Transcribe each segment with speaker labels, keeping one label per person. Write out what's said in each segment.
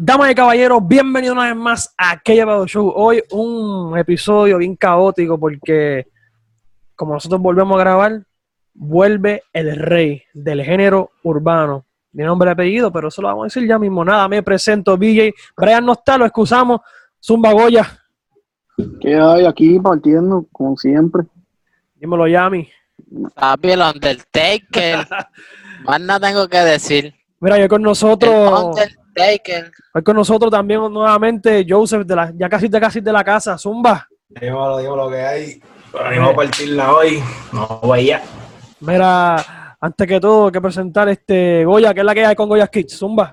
Speaker 1: Damas y caballeros, bienvenidos una vez más a Llevado Show. Hoy un episodio bien caótico porque como nosotros volvemos a grabar, vuelve el rey del género urbano. Mi nombre y apellido, pero eso lo vamos a decir ya mismo. Nada, me presento, BJ. Brian no está, lo excusamos. Zumba Goya.
Speaker 2: ¿Qué hay aquí partiendo, como siempre?
Speaker 1: Dímelo, Yami.
Speaker 3: Papi, el Undertaker. Más no tengo que decir.
Speaker 1: Mira, yo con
Speaker 3: El
Speaker 1: nosotros,
Speaker 3: Undertaker.
Speaker 1: hoy con nosotros también nuevamente Joseph, de la, ya casi de casi de la casa, Zumba.
Speaker 4: Dímelo, dímelo que hay. Ahora mismo partirla hoy. No vaya.
Speaker 1: Mira, antes que todo, hay que presentar este Goya, que es la que hay con Goya's Kids, Zumba.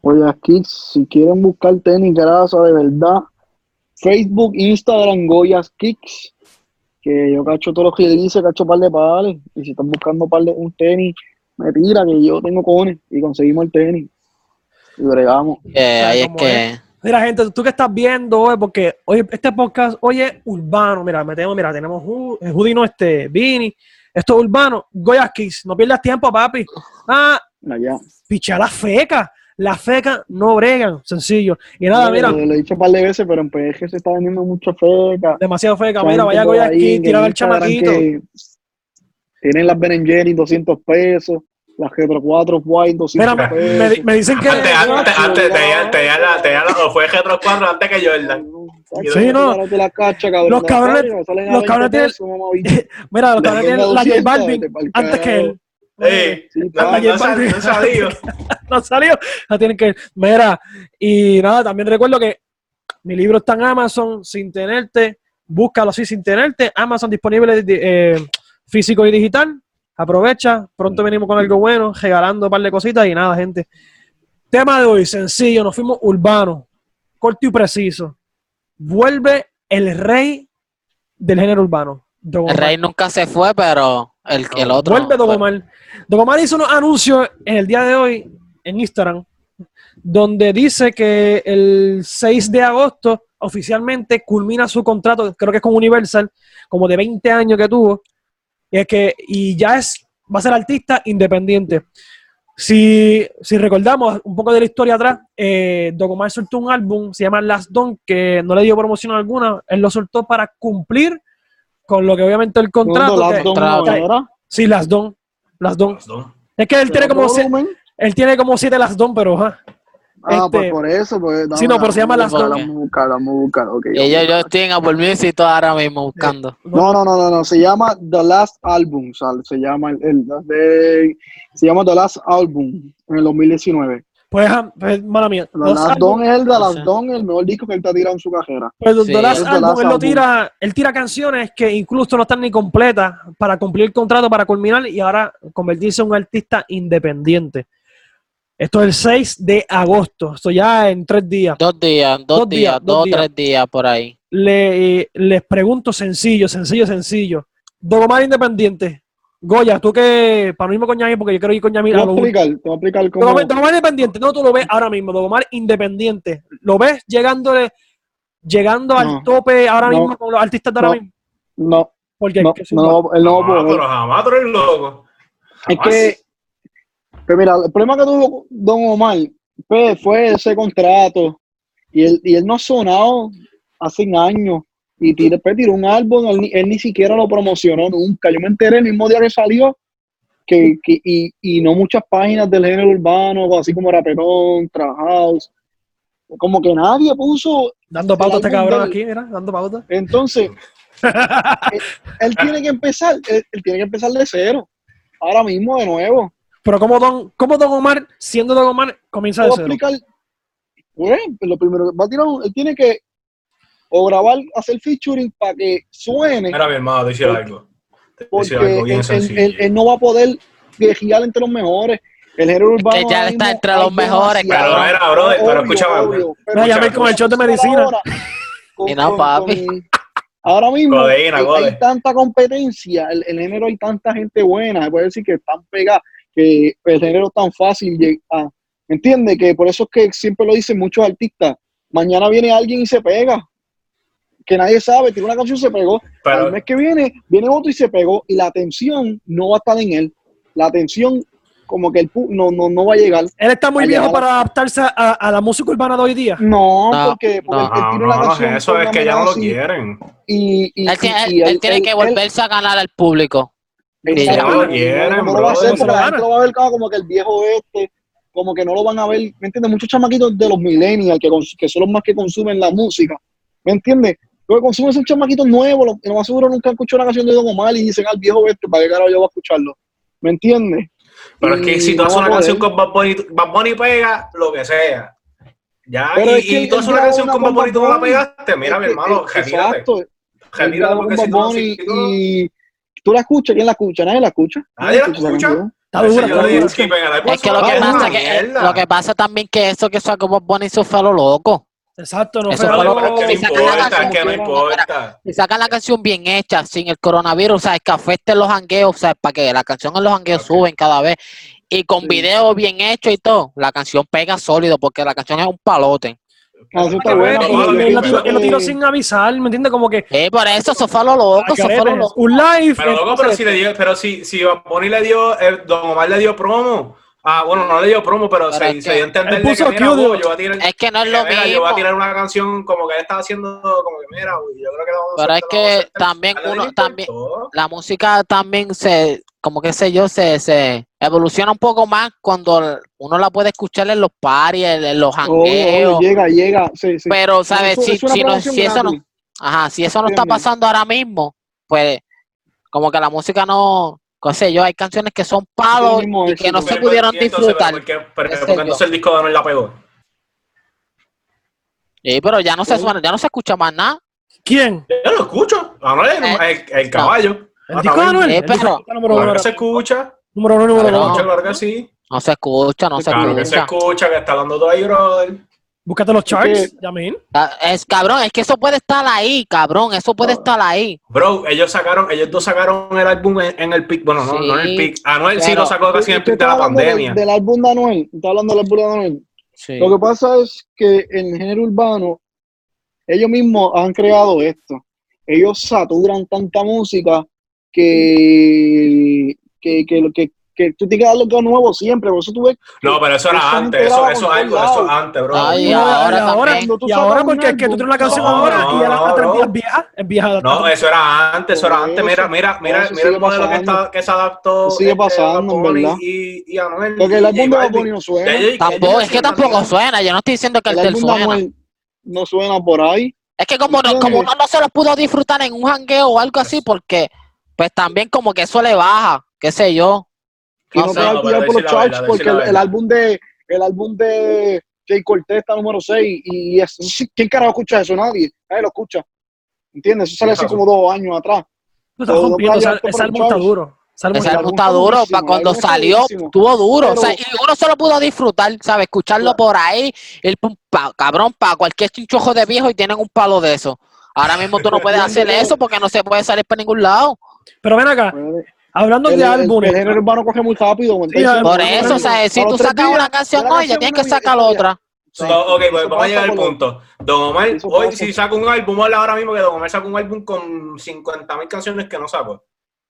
Speaker 2: Oye, aquí, si quieren buscar tenis grasa de verdad, Facebook, Instagram, Goyas Kicks, que yo cacho todos los que dice, cacho par de pales, y si están buscando par de un tenis, me tira que yo tengo cones y conseguimos el tenis. Y bregamos.
Speaker 3: Eh, ahí es
Speaker 1: cómo
Speaker 3: que.
Speaker 1: Mira, gente, tú que estás viendo hoy, porque hoy este podcast hoy es urbano. Mira, me tengo, mira, tenemos Ju- eh, Judino, este, Vini, esto es urbano, Goya's Kids, no pierdas tiempo, papi. Ah,
Speaker 2: Allá.
Speaker 1: pichar las fecas, las fecas no bregan, sencillo. Y nada,
Speaker 2: Yo
Speaker 1: mira,
Speaker 2: Eh, Lo, lo he dicho un par de veces, pero en PG se está vendiendo mucho feca.
Speaker 1: demasiado feca,
Speaker 2: Esa
Speaker 1: Ah, mira,
Speaker 2: gente
Speaker 1: vaya
Speaker 2: por
Speaker 1: Goya's
Speaker 2: ahí
Speaker 1: Kids,
Speaker 2: en
Speaker 1: tira al
Speaker 2: Instagram
Speaker 1: chamaquito.
Speaker 2: que Tienen las Ben Jerry 200 pesos, las Retro 4 White 200
Speaker 1: Mira, me,
Speaker 2: pesos.
Speaker 1: me- me dicen que...
Speaker 4: Antes, antes,
Speaker 2: Jordan.
Speaker 4: antes, te da- te da la, te da la, o fue Retro 4 antes que Jordan.
Speaker 1: Sí, no.
Speaker 2: Tírate la cacha, cabrón.
Speaker 1: Los
Speaker 2: La
Speaker 1: cabrones-
Speaker 2: calle, me salen
Speaker 1: los
Speaker 2: a 20
Speaker 1: cabrones tienen-
Speaker 2: pesos, mamá, bicho.
Speaker 1: Mira, los
Speaker 2: La
Speaker 1: cabrones tienen
Speaker 2: tienda
Speaker 1: la J
Speaker 2: 200,
Speaker 1: Balvin
Speaker 2: vete pa'l
Speaker 1: antes que él.
Speaker 4: Ey,
Speaker 2: Sí,
Speaker 4: no,
Speaker 2: pa,
Speaker 1: Ay,
Speaker 4: no, sal- no salió.
Speaker 1: no salió, la tienen que Mira, y nada, también recuerdo que mi libro está en Amazon sin tenerte, búscalo así sin tenerte, Amazon disponible di- eh, físico y digital, aprovecha, pronto venimos con algo bueno, regalando un par de cositas y nada, gente. Tema de hoy, sencillo, nos fuimos urbanos, corto y preciso. Vuelve el rey del género urbano. Don
Speaker 3: El
Speaker 1: Omar.
Speaker 3: rey nunca se fue, pero el, el otro.
Speaker 1: Vuelve Don Omar. Don Omar hizo unos anuncios en el día de hoy en Instagram donde dice que el 6 de agosto oficialmente culmina su contrato, creo que es con Universal, como de 20 años que tuvo, y, es que, y ya es, va a ser artista independiente. Si, si recordamos un poco de la historia atrás, eh, Don Omar soltó un álbum, se llama Last Don, que no le dio promoción alguna, él lo soltó para cumplir con lo que obviamente el contrato...
Speaker 2: Las
Speaker 1: que-
Speaker 2: dos
Speaker 3: contrato.
Speaker 2: no, ¿verdad?
Speaker 1: Sí, las don. Las don. Es que él tiene
Speaker 2: Pero
Speaker 1: como
Speaker 2: otro
Speaker 1: siete,
Speaker 2: volumen.
Speaker 1: él tiene como siete las don, pero ajá.
Speaker 2: Ah,
Speaker 1: este-
Speaker 2: pues por eso. Pues,
Speaker 1: Sí, no, pero se llama Las
Speaker 2: dos.
Speaker 3: Dos.
Speaker 2: Vamos a buscar, vamos a buscar. ok.
Speaker 3: Y yo, yo estoy en Apple Music y todo ahora mismo buscando.
Speaker 2: No, no, no, no, no, se llama The Last Album, o sea, se llama el, el- de- se llama The Last Album en el 2019.
Speaker 1: Pues, ajá, pues, mala mía.
Speaker 2: The
Speaker 1: Los
Speaker 2: Last
Speaker 1: álbum-
Speaker 2: Don es el The
Speaker 3: Ese.
Speaker 2: Last Don, el mejor disco que él te ha tirado en su carrera.
Speaker 1: pues, los
Speaker 3: Sí,
Speaker 1: Last
Speaker 2: es de
Speaker 1: Album,
Speaker 2: Last
Speaker 1: él lo
Speaker 2: Album.
Speaker 1: tira, él tira canciones que incluso no están ni completas para cumplir el contrato, para culminar y ahora convertirse en un artista independiente. Esto es el 6 de agosto, esto ya en tres días.
Speaker 3: Dos días, dos,
Speaker 1: Dos días,
Speaker 3: días,
Speaker 1: dos
Speaker 3: dos o
Speaker 1: días.
Speaker 3: tres días por ahí.
Speaker 1: Le, eh, les pregunto sencillo, sencillo, sencillo. Dogomar Independiente. Goya, tú que, para mí mismo con Yamil, porque yo quiero ir con
Speaker 2: Te
Speaker 1: Yamil
Speaker 2: voy
Speaker 1: a
Speaker 2: a
Speaker 1: lo último.
Speaker 2: explicar, te voy a explicar
Speaker 1: Don
Speaker 2: cómo...
Speaker 1: Omar, Don Omar independiente, no tú lo ves ahora mismo, Don Omar independiente. ¿Lo ves llegándole, llegando al
Speaker 2: No.
Speaker 1: tope ahora
Speaker 2: No.
Speaker 1: mismo con los artistas de ahora
Speaker 2: No.
Speaker 1: mismo?
Speaker 2: No,
Speaker 1: Porque
Speaker 2: no,
Speaker 1: que sí,
Speaker 2: no, él no va a
Speaker 4: Jamás,
Speaker 2: poder.
Speaker 4: Ah, pero jamás, pero el loco. Ah,
Speaker 2: Es
Speaker 4: Jamás.
Speaker 2: que, pues mira, el problema que tuvo Don Omar pues, fue ese contrato y él, y él no ha sonado hace años y tira- después tiró un álbum, él, ni- él ni siquiera lo promocionó nunca. Yo me enteré el mismo día que salió que, que- y, y no muchas páginas del género urbano, así como Raperón, Trap House, como que nadie puso.
Speaker 1: dando pauta a este
Speaker 2: el álbum
Speaker 1: cabrón
Speaker 2: del-
Speaker 1: aquí, mira, dando pauta.
Speaker 2: Entonces, él, él tiene que empezar, él- él tiene que empezar de cero, ahora mismo de nuevo.
Speaker 1: Pero como Don, cómo Don Omar, siendo Don Omar, comienza
Speaker 2: Te
Speaker 1: de
Speaker 2: voy a
Speaker 1: cero.
Speaker 2: explicar. Pues, lo primero que va a tirar, un- él tiene que o grabar, hacer featuring para que suene,
Speaker 4: Mira, mi hermano, te hice algo. Te
Speaker 2: porque
Speaker 4: hice algo
Speaker 2: él,
Speaker 4: bien
Speaker 2: él-
Speaker 4: sencillo.
Speaker 2: él- él no va a poder viajar entre los mejores. El género urbano.
Speaker 3: ya
Speaker 2: ahora
Speaker 3: él está
Speaker 2: mismo
Speaker 3: entre los
Speaker 2: hay
Speaker 3: mejores,
Speaker 2: demasiado.
Speaker 4: Pero era, brother, pero
Speaker 2: Ah, Obvio,
Speaker 4: escúchame.
Speaker 2: obvio, pero
Speaker 1: No,
Speaker 4: ya
Speaker 2: escúchame,
Speaker 4: ven con
Speaker 1: el show de
Speaker 2: ahora-
Speaker 1: medicina.
Speaker 2: con-
Speaker 3: Y no,
Speaker 2: con-
Speaker 3: papi.
Speaker 2: con- ahora mismo
Speaker 4: Codeína,
Speaker 2: hay,
Speaker 4: code.
Speaker 2: hay tanta competencia, el, el género hay tanta gente buena, se puede decir que están pegadas, que el género es tan fácil. lleg- ah, ¿Entiendes? Que por eso es que siempre lo dicen muchos artistas. Mañana viene alguien y se pega. Que nadie sabe, tiene una canción y se pegó.
Speaker 4: Pero,
Speaker 2: El mes que viene, viene otro y se pegó. Y la atención no va a estar en él. La atención como que el pu- no, no, no va a llegar.
Speaker 1: Él está muy
Speaker 2: Ha
Speaker 1: viejo
Speaker 2: llegado.
Speaker 1: para adaptarse a, a la música urbana de hoy día.
Speaker 2: No,
Speaker 3: No,
Speaker 2: porque, porque
Speaker 3: no.
Speaker 2: él
Speaker 4: No,
Speaker 2: tiene una
Speaker 4: no, no,
Speaker 2: canción
Speaker 4: Ah, eso
Speaker 2: con
Speaker 4: es
Speaker 2: una
Speaker 4: que ya no lo
Speaker 2: melodía así,
Speaker 4: quieren.
Speaker 2: Y, y,
Speaker 3: Él, tiene-
Speaker 2: y- y
Speaker 3: él- él tiene que volverse a ganar al público.
Speaker 2: él-
Speaker 3: que ya
Speaker 2: exacto,
Speaker 3: no
Speaker 4: lo quieren,
Speaker 2: no, no lo va a hacer
Speaker 1: brother.
Speaker 2: porque la gente lo va a ver como, como que el viejo este, como que no lo van a ver. ¿Me entiendes? Muchos chamaquitos de los millennials que, cons- que son los más que consumen la música. ¿Me entiendes? Lo que consumen son chamaquitos nuevos. Los, lo más seguro nunca han escuchado una canción de Don Omar y dicen al viejo este, ¿para qué carajo yo voy a escucharlo? ¿Me entiendes?
Speaker 4: Pero es que si
Speaker 2: Y
Speaker 4: tú haces
Speaker 2: no
Speaker 4: una
Speaker 2: va a
Speaker 4: canción
Speaker 2: poder.
Speaker 4: con Bad Bunny, Bad Bunny pega lo que sea. Ya,
Speaker 2: Pero
Speaker 4: y,
Speaker 2: es que
Speaker 4: y tú haces
Speaker 2: él
Speaker 4: una
Speaker 2: grabó
Speaker 4: canción
Speaker 2: una
Speaker 4: con Bad Bunny y tú no la
Speaker 2: con Bad Bunny.
Speaker 4: pegaste. Mira, mi
Speaker 2: Eh,
Speaker 4: hermano,
Speaker 2: eh,
Speaker 4: retírate.
Speaker 2: Exacto.
Speaker 4: Retírate porque si tú no- si tú no-
Speaker 2: y tú la escuchas, ¿quién la escucha? Nadie la escucha.
Speaker 4: Nadie la
Speaker 2: esa
Speaker 4: escucha.
Speaker 2: canción.
Speaker 1: Está
Speaker 4: Ese
Speaker 1: dura,
Speaker 4: yo
Speaker 1: está
Speaker 4: le
Speaker 1: dura.
Speaker 4: digo, "Skipping a la
Speaker 3: Es que lo
Speaker 4: esposa,
Speaker 3: que
Speaker 4: vale,
Speaker 3: pasa
Speaker 4: una
Speaker 3: que
Speaker 4: mierda".
Speaker 3: lo que pasa también que eso que sacó Bob Bunny eso fue a lo loco.
Speaker 1: Exacto, no
Speaker 3: Eso
Speaker 1: fue
Speaker 3: fue
Speaker 1: algo-
Speaker 4: Pero es que no
Speaker 3: Si sacan la
Speaker 4: importa, es que no
Speaker 3: canción,
Speaker 4: importa.
Speaker 3: Si sacan la canción bien hecha, sin el coronavirus, o sea, que afecten los jangueos, o sea, para que la canción en los jangueos
Speaker 4: Ok.
Speaker 3: suben cada vez. Y con
Speaker 2: Sí.
Speaker 3: video bien hecho y todo, la canción pega sólido porque la canción es un palote.
Speaker 2: Ah, eso está
Speaker 1: Pero es
Speaker 2: bueno.
Speaker 1: que
Speaker 2: porque yo
Speaker 1: él, lo
Speaker 2: escucho
Speaker 1: tiró, él lo tiró
Speaker 2: que-
Speaker 1: sin avisar, ¿me entiendes? Como que.
Speaker 3: Y Eh, por eso, eso fue
Speaker 2: Ah,
Speaker 3: a lo loco, eso fue a lo loco.
Speaker 1: un live. eh,
Speaker 4: Pero loco, pero si le dio, pero si, si Bad Bunny le dio, eh, Don Omar le dio promo. Ah, bueno, no le dio promo, pero,
Speaker 3: Pero
Speaker 4: se,
Speaker 3: es
Speaker 4: se
Speaker 3: que-
Speaker 4: dio a entender
Speaker 1: Él
Speaker 4: de
Speaker 1: puso
Speaker 4: que mira,
Speaker 1: cue de-
Speaker 4: oh, yo voy a tirar,
Speaker 3: Es que no es
Speaker 4: que
Speaker 3: lo
Speaker 4: mira, yo voy a
Speaker 3: mismo.
Speaker 4: tirar una canción como que él estaba haciendo, como que mira, uy, yo creo que la vamos
Speaker 3: Pero
Speaker 4: a
Speaker 3: es
Speaker 4: hacer, la vamos a
Speaker 3: que
Speaker 4: hacer.
Speaker 3: también
Speaker 4: A nadie le
Speaker 3: uno,
Speaker 4: importó.
Speaker 3: también, la música también se, como que sé yo, se, se evoluciona un poco más cuando uno la puede escuchar en los parties, en los
Speaker 2: Oh,
Speaker 3: jangueos.
Speaker 2: oh, llega, llega. Sí, sí.
Speaker 3: Pero, eh, Pues, ¿sabes?
Speaker 2: Eso-
Speaker 3: Si,
Speaker 2: es una
Speaker 3: si no-
Speaker 2: promoción
Speaker 3: si eso no,
Speaker 2: gratis.
Speaker 3: ajá, si eso no está
Speaker 2: Entiendo.
Speaker 3: pasando ahora mismo, pues como que la música no, qué sé yo, hay canciones que son
Speaker 2: Es
Speaker 3: palos
Speaker 2: el mismo
Speaker 3: y que
Speaker 2: éxito.
Speaker 3: no
Speaker 2: Pero
Speaker 3: se pudieron
Speaker 4: entonces, pero
Speaker 3: disfrutar.
Speaker 4: ¿por qué- pero
Speaker 3: Qué sé
Speaker 4: por qué
Speaker 3: yo.
Speaker 4: entonces el disco de Anuel la pegó?
Speaker 3: Sí, pero ya no se
Speaker 2: Ok.
Speaker 3: suena, ya no se escucha más nada.
Speaker 1: ¿Quién?
Speaker 4: Yo lo escucho. Anuel es el, el- el caballo.
Speaker 1: El disco de Anuel.
Speaker 3: Eh,
Speaker 1: El disco
Speaker 3: pero-
Speaker 1: está número uno,
Speaker 4: Claro que se escucha.
Speaker 1: número uno,
Speaker 4: Claro
Speaker 1: número
Speaker 4: que
Speaker 3: Pero-
Speaker 1: uno.
Speaker 4: escucha, claro que sí.
Speaker 3: No se escucha, no se
Speaker 4: Claro que se
Speaker 3: escucha.
Speaker 4: escucha, que está hablando todo ahí, brother.
Speaker 1: Búscate los charts,
Speaker 2: que-
Speaker 1: Yamin.
Speaker 3: Ah, Es cabrón, es que eso puede estar ahí, cabrón, eso puede estar ahí.
Speaker 4: Bro, ellos sacaron, ellos dos sacaron el álbum en, en el pic. Bueno, no,
Speaker 3: Sí,
Speaker 4: no en el pic. Anuel sí
Speaker 3: pero-
Speaker 4: lo sacó casi en el
Speaker 2: Usted
Speaker 4: pic de
Speaker 2: está
Speaker 4: la
Speaker 2: hablando del-
Speaker 4: pandemia.
Speaker 2: Del álbum de Anuel. Está hablando del álbum de Anuel.
Speaker 3: Sí.
Speaker 2: Lo que pasa es que en género urbano, ellos mismos han creado esto. Ellos saturan tanta música que, que, que, que, que tú tienes que darle algo nuevo siempre. Por eso tú ves
Speaker 4: No, pero eso
Speaker 2: Esa
Speaker 4: era
Speaker 2: gente
Speaker 4: antes, eso,
Speaker 2: graba
Speaker 4: eso es
Speaker 2: por
Speaker 4: algo,
Speaker 2: todos
Speaker 4: eso es
Speaker 2: lados.
Speaker 4: antes, bro.
Speaker 3: Ay,
Speaker 1: Y
Speaker 3: Y ahora
Speaker 1: ahora,
Speaker 3: también.
Speaker 2: Tú
Speaker 1: y ahora
Speaker 2: sacas
Speaker 1: porque
Speaker 2: un
Speaker 1: es que tú
Speaker 2: álbum.
Speaker 1: tienes una canción
Speaker 4: No,
Speaker 1: ahora y a
Speaker 4: no,
Speaker 1: las tres
Speaker 4: no.
Speaker 1: días es vieja, es vieja.
Speaker 4: No, eso era antes, eso era
Speaker 2: Por
Speaker 4: antes. Mira,
Speaker 2: eso,
Speaker 4: mira,
Speaker 2: por
Speaker 4: mira,
Speaker 2: eso
Speaker 4: mira el
Speaker 2: sigue
Speaker 4: modelo que,
Speaker 2: pasando.
Speaker 4: está, que se adaptó.
Speaker 2: Eso sigue
Speaker 4: este,
Speaker 2: pasando, en
Speaker 4: Bad Bunny
Speaker 2: verdad.
Speaker 4: Y, y Anuel.
Speaker 2: Porque el
Speaker 4: y
Speaker 2: álbum de
Speaker 4: J
Speaker 2: Bad
Speaker 4: Balvin.
Speaker 2: Bunny no suena.
Speaker 4: De ellos-
Speaker 3: Tampoco, es que
Speaker 4: ellos-
Speaker 3: tampoco suena, yo no estoy diciendo que el
Speaker 2: El
Speaker 3: del
Speaker 2: álbum de
Speaker 3: suena.
Speaker 2: Anuel no suena por ahí.
Speaker 3: Es que como no, como uno no se los pudo disfrutar en un jangueo o algo así, porque pues también como que eso le baja, qué sé yo.
Speaker 2: Y
Speaker 3: No
Speaker 2: no
Speaker 3: sé,
Speaker 2: te va a
Speaker 4: no, pero
Speaker 2: tirar por
Speaker 4: Ah, decir
Speaker 2: los
Speaker 4: la verdad,
Speaker 2: charts
Speaker 4: decir
Speaker 2: porque
Speaker 4: la
Speaker 2: el, el
Speaker 4: verdad.
Speaker 2: álbum de el álbum de Jay Cortez está número 6 y es, ¿quién carajo escucha eso? Nadie, nadie lo escucha. ¿Entiendes? Eso sale hace como dos años atrás.
Speaker 1: Tú estás
Speaker 2: Todo
Speaker 1: rompiendo, ese-
Speaker 2: playa, todo
Speaker 1: ese álbum está
Speaker 2: charts.
Speaker 1: duro. Ese álbum
Speaker 3: Ese
Speaker 1: está
Speaker 3: álbum
Speaker 1: duro.
Speaker 2: álbum
Speaker 3: está
Speaker 2: está
Speaker 3: duro,
Speaker 2: buenísimo,
Speaker 3: para
Speaker 2: el
Speaker 3: cuando
Speaker 2: álbum está
Speaker 3: salió,
Speaker 2: buenísimo.
Speaker 3: estuvo duro.
Speaker 2: Pero-
Speaker 3: o sea, y uno solo pudo disfrutar, ¿sabes? Escucharlo por ahí, el pum, pa- cabrón, para cualquier chinchojo de viejo y tienen un palo de eso. Ahora mismo tú no puedes hacer eso porque no se puede salir para ningún lado.
Speaker 1: Pero ven acá, hablando
Speaker 2: El,
Speaker 1: de
Speaker 2: el-
Speaker 1: álbumes.
Speaker 2: el género urbano coge muy rápido. ¿me entiendes?
Speaker 1: Sí,
Speaker 3: Por
Speaker 1: Pero-
Speaker 3: eso, o sea, si
Speaker 2: A los
Speaker 3: tú
Speaker 2: tres
Speaker 3: sacas
Speaker 2: días,
Speaker 3: una canción
Speaker 2: una
Speaker 3: hoy, ya
Speaker 2: canción
Speaker 3: tienes que
Speaker 2: nueva y-
Speaker 3: sacar otra.
Speaker 2: Sí.
Speaker 4: No, ok, pues
Speaker 2: Eso
Speaker 4: vamos a llegar al
Speaker 2: pasa por lo-
Speaker 4: punto. Don Omar,
Speaker 2: Eso
Speaker 4: hoy
Speaker 2: pasa.
Speaker 4: si saca un álbum, vamos a hablar ahora mismo que Don Omar saca un álbum con 50.000 canciones que no sacó.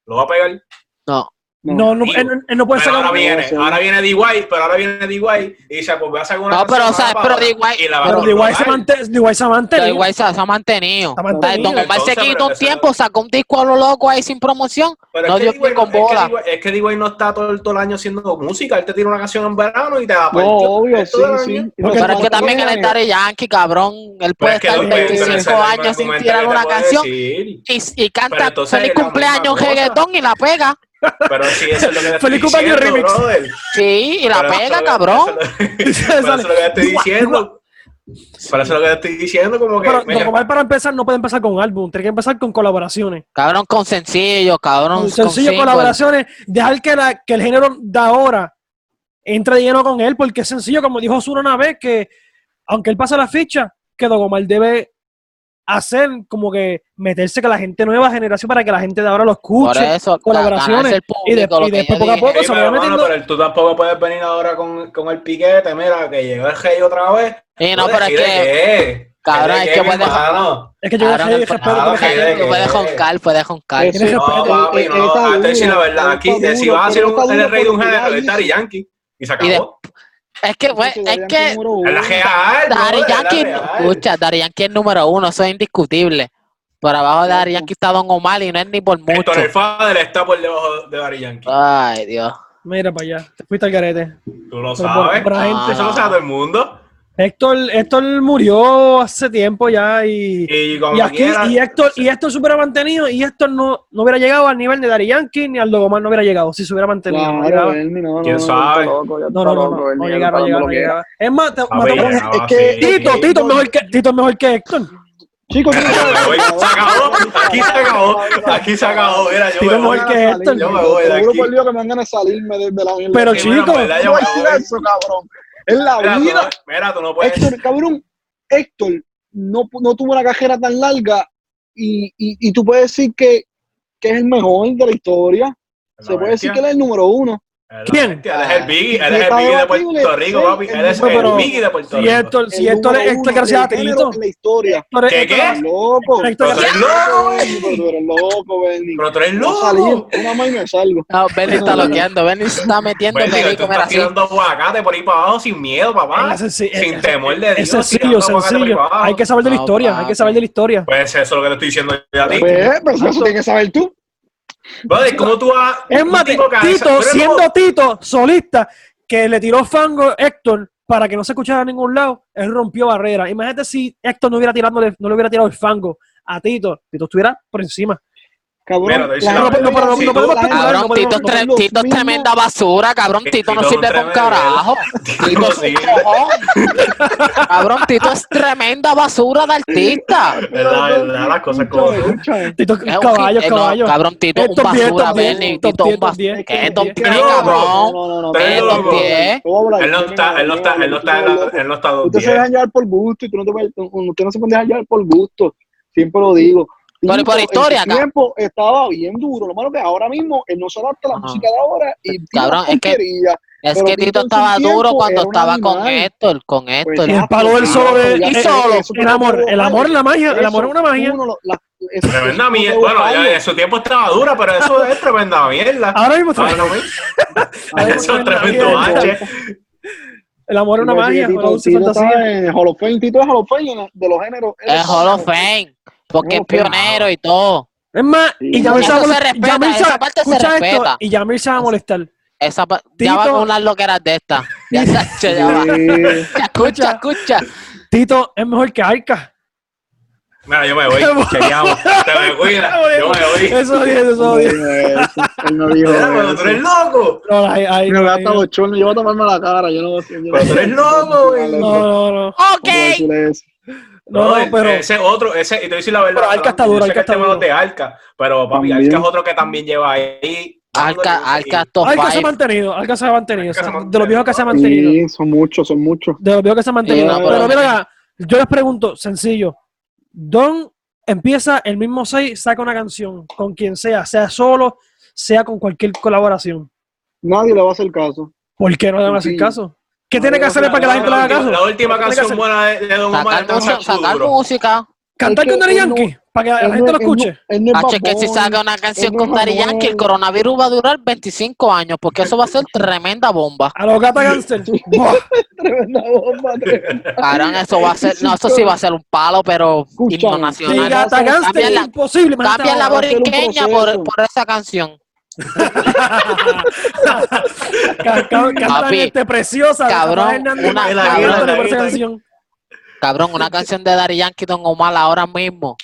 Speaker 4: Lo va a pegar.
Speaker 3: No,
Speaker 1: No, no,
Speaker 4: Digo,
Speaker 1: él, él no puede
Speaker 3: Pues
Speaker 4: pero ahora
Speaker 1: sacar.
Speaker 2: bien.
Speaker 4: viene,
Speaker 2: sí.
Speaker 4: ahora viene DY, pero ahora viene DY y dice, pues voy a sacar una
Speaker 3: No, pero,
Speaker 4: canción
Speaker 3: ¿sabes?
Speaker 4: nueva
Speaker 3: Pero
Speaker 4: ahora,
Speaker 3: DY
Speaker 4: y la va a
Speaker 1: Pero
Speaker 4: explotar.
Speaker 1: DY se mantiene. DY se
Speaker 3: pero
Speaker 1: mantiene.
Speaker 3: igual se, se ha mantenido.
Speaker 1: Está
Speaker 3: O sea,
Speaker 1: mantenido.
Speaker 3: Don Omar se
Speaker 4: Entonces,
Speaker 3: quitó un
Speaker 4: pero que
Speaker 3: tiempo, sacó un disco a lo loco ahí sin promoción.
Speaker 4: Pero
Speaker 3: No
Speaker 4: es, que
Speaker 3: dio
Speaker 4: D.Y.
Speaker 3: ni con
Speaker 4: no- es que
Speaker 3: bola.
Speaker 4: D.Y. es que D.Y. no está todo, todo el año haciendo música, él te tira una canción en verano y te va a
Speaker 2: No, obvio, sí, sí.
Speaker 4: Pues
Speaker 1: Porque
Speaker 3: Pero
Speaker 1: no
Speaker 3: es que también
Speaker 2: el
Speaker 3: él es Daddy Yankee, cabrón. Él puede estar
Speaker 1: no, pero-
Speaker 3: 25
Speaker 1: pero
Speaker 3: años sin tirar una canción
Speaker 4: Pero
Speaker 3: y, y
Speaker 4: Pero
Speaker 3: canta
Speaker 4: entonces
Speaker 3: feliz
Speaker 4: es la
Speaker 3: cumpleaños
Speaker 4: misma cosa.
Speaker 3: reggaetón y la pega.
Speaker 4: sí, eso es lo que le estoy
Speaker 1: Feliz cumpleaños,
Speaker 4: diciendo,
Speaker 1: remix.
Speaker 4: brother.
Speaker 3: Sí, y la
Speaker 4: Pero eso es lo
Speaker 3: pega,
Speaker 4: que-
Speaker 3: cabrón.
Speaker 4: eso es lo-
Speaker 1: Sale.
Speaker 4: Pero eso es lo que te estoy
Speaker 1: DY.
Speaker 4: diciendo. Para eso es lo que te estoy diciendo, como que.
Speaker 1: Pero
Speaker 4: mira,
Speaker 1: Don Omar, para empezar, no puede empezar con álbum. Tiene que empezar con colaboraciones.
Speaker 3: Cabrón con sencillo, cabrón con
Speaker 1: Sencillo,
Speaker 3: single.
Speaker 1: colaboraciones. Dejar que, la, que el género de ahora entre de lleno con él, porque es sencillo, como dijo Zuro una vez, que aunque él pasa la ficha, que Don Omar debe hacer como que meterse con la gente nueva generación para que la gente de ahora lo
Speaker 3: Por
Speaker 1: escuche.
Speaker 3: eso,
Speaker 1: colaboraciones.
Speaker 3: ganarse el
Speaker 1: Y de-
Speaker 3: público, lo
Speaker 1: y
Speaker 3: que
Speaker 1: después
Speaker 3: yo
Speaker 1: poco a
Speaker 3: dije.
Speaker 1: poco
Speaker 4: Sí,
Speaker 1: se me
Speaker 4: pero,
Speaker 1: va
Speaker 4: hermano,
Speaker 1: metiendo-
Speaker 4: pero tú tampoco puedes venir ahora con, con el piquete, mira, que llegó el rey otra vez.
Speaker 3: Y no,
Speaker 4: Joder,
Speaker 3: pero es
Speaker 4: ¿y de
Speaker 3: que
Speaker 4: qué?
Speaker 3: Cabrón, es que puede joncar.
Speaker 4: mano.
Speaker 1: Es que yo
Speaker 3: Cabrón,
Speaker 1: no sé,
Speaker 3: es por-
Speaker 1: respeto
Speaker 4: Ah,
Speaker 1: con
Speaker 4: ok,
Speaker 1: esa gente.
Speaker 4: ok.
Speaker 3: que Puede joncar, puede joncar.
Speaker 2: Eso-
Speaker 1: Tienes
Speaker 4: No,
Speaker 1: respeto.
Speaker 4: papi,
Speaker 2: eh,
Speaker 4: no.
Speaker 2: está
Speaker 4: Ah, te voy a decir la
Speaker 2: duro,
Speaker 4: verdad.
Speaker 2: está
Speaker 4: Aquí eh, si
Speaker 2: duro,
Speaker 4: vas a hacer
Speaker 2: pero está
Speaker 4: un el
Speaker 2: duro
Speaker 4: rey de un
Speaker 2: porque
Speaker 4: género,
Speaker 2: ya
Speaker 4: es Daddy
Speaker 2: hizo.
Speaker 4: Yankee. Y se
Speaker 3: Y de-
Speaker 4: acabó.
Speaker 3: Es que, güey,
Speaker 2: Entonces,
Speaker 3: es
Speaker 2: Daddy Yankee
Speaker 3: que
Speaker 2: número uno.
Speaker 4: Es la real.
Speaker 3: Daddy
Speaker 4: brother, es la
Speaker 3: Yankee,
Speaker 4: real.
Speaker 3: escucha, Daddy Yankee es número uno, eso es indiscutible. Por abajo de Daddy Yankee está Don Omar y no es ni por mucho. Ah.
Speaker 4: Héctor el Fader está por debajo de Daddy Yankee.
Speaker 3: Ay, Dios.
Speaker 1: Mira para allá, te fuiste al garete.
Speaker 4: Tú
Speaker 1: Pero
Speaker 4: lo sabes.
Speaker 1: por- por la
Speaker 3: gente-
Speaker 4: Eso lo sabe todo el mundo.
Speaker 1: Héctor, Héctor murió hace tiempo ya y,
Speaker 4: Y como
Speaker 1: y aquí
Speaker 4: quiera.
Speaker 1: y Héctor, y Héctor se hubiera mantenido y Héctor no, no hubiera llegado al nivel de Dari Yankee ni al Dogomar no hubiera llegado si se hubiera mantenido. no,
Speaker 2: Claro,
Speaker 3: eh,
Speaker 1: llegaba.
Speaker 2: Bernie, no, no,
Speaker 4: ¿Quién
Speaker 2: no,
Speaker 4: sabe?
Speaker 2: está loco, ya
Speaker 1: no,
Speaker 2: está
Speaker 1: no, no, no,
Speaker 2: loco, Bernie,
Speaker 1: no
Speaker 2: ya
Speaker 1: llegaba,
Speaker 2: está
Speaker 1: no llegaba,
Speaker 2: dando
Speaker 1: no
Speaker 2: lo que era.
Speaker 1: llegaba. Es más, te-
Speaker 4: Ah,
Speaker 1: matamos-
Speaker 4: bien, ah,
Speaker 2: es que-
Speaker 4: sí, sí.
Speaker 1: Tito, Tito es mejor que Tito es mejor que Héctor.
Speaker 2: Chicos,
Speaker 4: Yo me voy. Se acabó. Aquí se acabó. Aquí se acabó. Mira, yo me
Speaker 1: Tírame
Speaker 4: voy.
Speaker 1: el que- esto-
Speaker 4: Yo me voy de
Speaker 2: Seguro
Speaker 4: aquí.
Speaker 2: por Dios que me van a ganas de salirme de, de la mierda.
Speaker 1: Pero,
Speaker 4: Sí, mira,
Speaker 1: chico,
Speaker 4: en verdad, yo
Speaker 2: no
Speaker 4: me
Speaker 2: voy a decir
Speaker 4: voy.
Speaker 2: eso, cabrón. Es la
Speaker 4: Mira, tú
Speaker 2: vida.
Speaker 4: no- pues. Mira, tú no puedes.
Speaker 2: Héctor, cabrón, Héctor no, no tuvo una cajera tan larga y, y, y tú puedes decir que, que es el mejor de la historia. Se
Speaker 4: La
Speaker 2: puede decir que él
Speaker 4: bestia.
Speaker 2: es el número uno.
Speaker 4: La
Speaker 1: ¿Quién?
Speaker 4: bestia. Él es el Biggie. Él es el
Speaker 2: Está
Speaker 4: Biggie de
Speaker 2: debatible,
Speaker 4: Puerto Rico,
Speaker 2: sí,
Speaker 4: papi. Él es el
Speaker 1: pero-
Speaker 4: Biggie de Puerto
Speaker 1: Si
Speaker 4: Rico.
Speaker 1: Héctor, si
Speaker 2: El
Speaker 1: Héctor es
Speaker 2: número
Speaker 1: Héctor
Speaker 2: uno
Speaker 1: gracias a
Speaker 2: del
Speaker 1: Tito.
Speaker 2: género En la historia.
Speaker 1: Héctor es-
Speaker 4: ¿Qué,
Speaker 1: Héctor
Speaker 4: qué?
Speaker 1: es-
Speaker 2: Estás loco.
Speaker 1: Héctor
Speaker 4: Pero tú
Speaker 1: es-
Speaker 4: eres loco,
Speaker 2: Pero tú
Speaker 4: güey.
Speaker 2: eres loco, Bernie.
Speaker 4: Pero tú eres
Speaker 2: Voy a
Speaker 4: loco.
Speaker 2: salir, Una más y me salgo.
Speaker 3: No, Benny está loqueando, Benny se está metiendo
Speaker 4: Bueno, digo, tú
Speaker 3: perico, mira
Speaker 4: Pues, estás
Speaker 3: así.
Speaker 4: tirando aguacate por ahí para abajo sin miedo, papá.
Speaker 1: Es senci-
Speaker 4: Sin
Speaker 1: es-
Speaker 4: temor de Dios.
Speaker 1: Es
Speaker 4: tirando
Speaker 1: sencillo,
Speaker 4: aguacate por ahí
Speaker 1: sencillo.
Speaker 4: para abajo.
Speaker 1: Hay que saber de la
Speaker 3: No,
Speaker 1: historia, hay
Speaker 3: papi.
Speaker 1: que saber de la historia.
Speaker 4: Pues eso es lo que te estoy diciendo yo a ti.
Speaker 2: Pues, pero eso tienes que saber tú.
Speaker 4: Brother, ¿cómo tú vas?
Speaker 1: Es
Speaker 4: un
Speaker 1: más,
Speaker 4: tipo que hace- tú
Speaker 1: Tito,
Speaker 4: eres
Speaker 1: siendo
Speaker 4: loco?
Speaker 1: Tito solista, que le tiró fango a Héctor para que no se escuchara a ningún lado, él rompió barrera. Imagínate si Héctor no hubiera tirándole, no le hubiera tirado el fango a Tito, Tito estuviera por encima.
Speaker 2: Cabrón.
Speaker 4: Mira, te dice
Speaker 2: la
Speaker 4: la
Speaker 2: gente
Speaker 4: verdad.
Speaker 2: ve
Speaker 4: No,
Speaker 2: así,
Speaker 4: no, no,
Speaker 2: la
Speaker 4: no,
Speaker 2: gente-
Speaker 3: Cabrón,
Speaker 1: no podemos-
Speaker 3: Tito, es tre-
Speaker 2: los
Speaker 3: Tito es
Speaker 2: mismos-
Speaker 3: tremenda basura, cabrón, Tito no
Speaker 4: Eh, Tito es un
Speaker 3: sirve para un
Speaker 4: tremendo.
Speaker 3: carajo. Tito es un
Speaker 4: sirve.
Speaker 3: cojón. Cabrón, Tito es tremenda basura de artista.
Speaker 4: Es la verdad, las cosas como son.
Speaker 2: Escúchame.
Speaker 1: Tito,
Speaker 3: Es un
Speaker 1: caballo,
Speaker 3: hit- eh, no,
Speaker 1: caballo.
Speaker 3: cabrón, Tito, un
Speaker 1: Top 10,
Speaker 3: basura,
Speaker 1: top 10,
Speaker 3: Benny,
Speaker 1: top
Speaker 3: Tito,
Speaker 1: 10,
Speaker 3: un
Speaker 1: top
Speaker 3: basura.
Speaker 1: 10.
Speaker 3: ¿Qué? Top 10,
Speaker 4: Pero,
Speaker 3: cabrón.
Speaker 2: No, no, no, no.
Speaker 4: Pero
Speaker 2: no,
Speaker 4: él
Speaker 2: no,
Speaker 4: no-
Speaker 2: no, no, no,
Speaker 4: Él no está, él no está, él no está, en la- él no está dos
Speaker 2: Ustedes se
Speaker 4: diez.
Speaker 2: dejan llevar por gusto y tú no te puedes- usted no se puede dejar llevar por gusto. Siempre lo digo.
Speaker 3: Pero
Speaker 2: Tito,
Speaker 3: por
Speaker 2: en
Speaker 3: historia,
Speaker 2: su
Speaker 3: ca-
Speaker 2: tiempo estaba bien duro. Lo malo que ahora mismo él no se adapta a la
Speaker 3: Ajá.
Speaker 2: música de ahora y tira
Speaker 3: Cabrón, es que-
Speaker 2: porquería. pues,
Speaker 3: Es
Speaker 2: Pero
Speaker 3: que
Speaker 2: Tito
Speaker 3: Tito
Speaker 2: en su
Speaker 3: estaba duro
Speaker 2: tiempo
Speaker 3: cuando
Speaker 2: era un
Speaker 3: estaba con
Speaker 2: animal.
Speaker 3: Héctor, con Héctor.
Speaker 1: el palo del solo de-
Speaker 2: pues, ya
Speaker 1: y
Speaker 2: sé,
Speaker 1: solo,
Speaker 2: eso
Speaker 1: el
Speaker 2: no
Speaker 1: amor,
Speaker 2: tuvo
Speaker 1: el
Speaker 2: valor.
Speaker 1: amor es la magia, el
Speaker 2: Eso,
Speaker 1: amor es una magia.
Speaker 2: uno lo- la- eso- eso
Speaker 4: Tremenda
Speaker 2: no
Speaker 4: mierda.
Speaker 2: tuvo
Speaker 4: Bueno,
Speaker 2: valor.
Speaker 4: ya en su tiempo estaba dura, pero eso es tremenda mierda. pues.
Speaker 1: Ahora mismo está-
Speaker 4: Ahora mismo.
Speaker 2: Ahora
Speaker 4: Eso es
Speaker 1: mismo
Speaker 4: tremendo
Speaker 1: está bien.
Speaker 4: bache.
Speaker 1: El amor es una
Speaker 2: Pues sí,
Speaker 1: magia, una
Speaker 2: Tito,
Speaker 1: dulce
Speaker 2: Tito
Speaker 1: fantasía.
Speaker 2: está en Hall of Fame. Tito es Hall of Fame en la- de los géneros. Él
Speaker 3: Es Hall of Fame, porque es
Speaker 2: No, pero-
Speaker 3: pionero y todo.
Speaker 1: Es más, y Yamil
Speaker 2: Sí.
Speaker 1: se va a
Speaker 3: Eso se
Speaker 1: molestar.
Speaker 3: respeta,
Speaker 1: Yamil se-
Speaker 3: esa parte se
Speaker 1: escucha esto,
Speaker 3: respeta.
Speaker 1: Y Yamil se va a molestar.
Speaker 3: Esa pa- ya va
Speaker 1: Tito-
Speaker 3: con unas loqueras de estas. Ya se ya va.
Speaker 2: Eh,
Speaker 3: Escucha, escucha.
Speaker 1: Tito es mejor que Arca.
Speaker 4: Mira, yo me voy. Chequeamos. Te me cuida. Yo me voy.
Speaker 1: Eso es, eso es.
Speaker 2: Él no dijo
Speaker 4: Mira, pero tú
Speaker 2: eso.
Speaker 4: eres loco.
Speaker 1: No, ahí- ahí-
Speaker 2: Me voy a
Speaker 1: ahí-
Speaker 2: estar bochorno, yo voy a tomarme la cara, yo no voy a yo no-
Speaker 4: Pero tú eres loco, güey.
Speaker 2: No,
Speaker 1: No, no,
Speaker 2: no,
Speaker 1: no.
Speaker 3: Ok.
Speaker 2: voy a decirle eso.
Speaker 1: No,
Speaker 4: Brother,
Speaker 1: no, pero.
Speaker 4: Ese otro, ese, y te voy a decir la verdad.
Speaker 1: Pero Alca está
Speaker 4: yo
Speaker 1: duro,
Speaker 4: sé
Speaker 1: Alca
Speaker 4: que
Speaker 1: está
Speaker 4: este
Speaker 1: duro.
Speaker 4: de Alca, pero papi,
Speaker 2: También.
Speaker 4: Alca es otro que también lleva ahí.
Speaker 3: Arca, Arca top
Speaker 1: Alca se ha
Speaker 3: five.
Speaker 1: mantenido, Alca se ha mantenido.
Speaker 4: Alca
Speaker 1: o sea,
Speaker 4: se ha
Speaker 1: de los viejos que se ha mantenido.
Speaker 2: Sí, son muchos, son muchos.
Speaker 1: De los viejos que se ha mantenido.
Speaker 3: Sí, no,
Speaker 1: pero
Speaker 3: pero-
Speaker 1: mira acá, yo les pregunto, sencillo. Don empieza el mismo 6, saca una canción, con quien sea, sea solo, sea con cualquier colaboración.
Speaker 2: Nadie le va a hacer caso.
Speaker 1: ¿Por qué no le van a hacer
Speaker 2: Sí.
Speaker 1: caso? ¿Qué
Speaker 2: No,
Speaker 1: tiene que
Speaker 2: no,
Speaker 1: hacer
Speaker 2: no,
Speaker 1: para que la gente le haga caso?
Speaker 4: La última
Speaker 1: ¿Qué tiene que
Speaker 4: canción
Speaker 1: hacer?
Speaker 4: buena de, de Don Omar
Speaker 3: Sacar,
Speaker 4: es Muchacho
Speaker 3: música- sacar
Speaker 4: Duro.
Speaker 3: música.
Speaker 1: Cantar
Speaker 2: Es
Speaker 1: con
Speaker 2: que
Speaker 1: Daddy
Speaker 2: él no-
Speaker 1: Yankee, para que
Speaker 2: Él
Speaker 1: la
Speaker 2: no-
Speaker 1: gente lo
Speaker 2: él no-
Speaker 1: escuche.
Speaker 2: él no es
Speaker 3: Hacho, es que
Speaker 2: Bad
Speaker 3: Ah, si
Speaker 2: Bunny,
Speaker 3: saca una canción
Speaker 2: él no
Speaker 3: con
Speaker 2: es
Speaker 3: Daddy
Speaker 2: Bad
Speaker 3: Yankee, el
Speaker 2: Bunny.
Speaker 3: coronavirus va a durar 25 años, porque eso va a ser tremenda bomba.
Speaker 1: A los gata gangster. Buah.
Speaker 2: Tremenda bomba, tremenda.
Speaker 3: Cabrón, eso va a ser, no, eso sí va a ser un palo, pero
Speaker 2: Escucha,
Speaker 3: himno
Speaker 1: Sí,
Speaker 3: nacional.
Speaker 2: ya-
Speaker 1: gata gangster
Speaker 3: Cámbiala.
Speaker 1: es imposible. me
Speaker 3: Cambia la
Speaker 1: mataron.
Speaker 2: hacer un
Speaker 3: borriqueña
Speaker 2: proceso.
Speaker 3: por, por esa canción.
Speaker 1: Ca- ca- Cantan
Speaker 3: Papi,
Speaker 1: este preciosa. de
Speaker 3: cabrón,
Speaker 1: Rafael Hernández.
Speaker 3: una-
Speaker 1: Me
Speaker 4: cabrón,
Speaker 1: encanta
Speaker 4: la
Speaker 1: por esa
Speaker 4: vida.
Speaker 1: canción.
Speaker 3: Cabrón, una canción de Daddy Yankee Don Omar ahora mismo.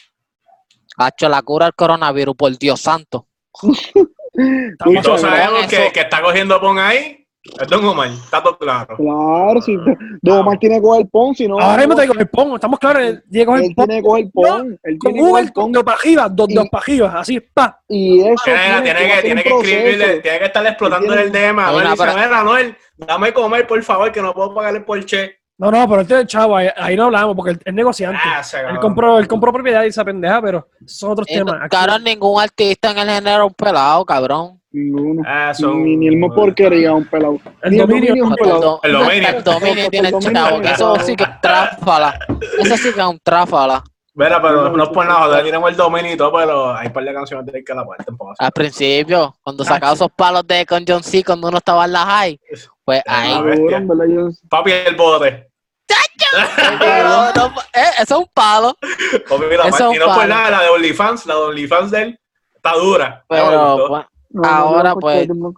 Speaker 3: Hacho, la cura al coronavirus, por Dios santo.
Speaker 4: Y todos
Speaker 2: Escucha,
Speaker 4: sabemos
Speaker 3: Eso-
Speaker 4: que, que está cogiendo pon ahí. Es Don Omar, está todo claro.
Speaker 2: Claro, si Don Omar tiene que coger pon, si no.
Speaker 1: Ah. Ahora mismo te digo el pongo. Estamos claros. él Llega con
Speaker 2: Él
Speaker 1: el pon.
Speaker 2: tiene que coger pon.
Speaker 1: Con
Speaker 2: Él tiene que
Speaker 1: Google,
Speaker 2: coger
Speaker 1: con
Speaker 2: pon.
Speaker 1: dos pajivas, dos,
Speaker 2: Y-
Speaker 1: dos pajivas, así, pa.
Speaker 2: Y eso.
Speaker 4: Tiene, tiene que, tiene que escribirle, tiene que estar explotando
Speaker 2: Tiene-
Speaker 4: el DM. A
Speaker 3: Hay
Speaker 4: ver,
Speaker 3: una
Speaker 4: dice,
Speaker 3: para-
Speaker 4: mira, Noel, dame comer, por favor, que no puedo pagar el porche.
Speaker 1: No, no, pero él tiene el chavo, ahí, ahí no hablamos, porque él es negociante.
Speaker 4: Ah, se
Speaker 1: él,
Speaker 4: acabó.
Speaker 1: compró, él compró propiedad y esa pendeja, pero son otros
Speaker 3: Eh, no,
Speaker 1: temas. Aquí-
Speaker 3: cabrón, ningún artista en el género es un pelado, cabrón.
Speaker 2: Ninguno.
Speaker 4: Ah, son-
Speaker 2: ni, ni el más porquería, un pelado.
Speaker 1: El
Speaker 2: Ni
Speaker 1: dominio.
Speaker 2: es un
Speaker 3: Hasta el
Speaker 2: pelado.
Speaker 3: do-
Speaker 4: El dominio.
Speaker 3: hasta el dominio tiene
Speaker 2: Hasta el
Speaker 3: chavo,
Speaker 2: dominio.
Speaker 3: que eso sí que es tráfala. Eso sí que es un tráfala.
Speaker 4: Mira, pero no es por nada, joder, tenemos el dominio y todo, pero hay un par de canciones de que la puerta en pausa.
Speaker 3: Al principio, cuando
Speaker 1: Tacho.
Speaker 3: sacaba esos palos de con John C. cuando uno estaba en la high, pues ahí.
Speaker 4: Ah,
Speaker 2: Seguro, en verdad, yo-
Speaker 4: Papi el bote.
Speaker 3: No, no, eh, eso es un palo.
Speaker 4: Papi, la
Speaker 3: Eso
Speaker 4: parte.
Speaker 3: es
Speaker 4: Y no
Speaker 3: un
Speaker 4: por
Speaker 3: palo.
Speaker 4: nada, la de OnlyFans, la de OnlyFans de él está dura. Ya
Speaker 3: Pero,
Speaker 4: me
Speaker 3: pues,
Speaker 4: gustó.
Speaker 3: bueno,
Speaker 2: no, no,
Speaker 3: Ahora,
Speaker 2: yo no
Speaker 3: pues,
Speaker 2: puedo, no.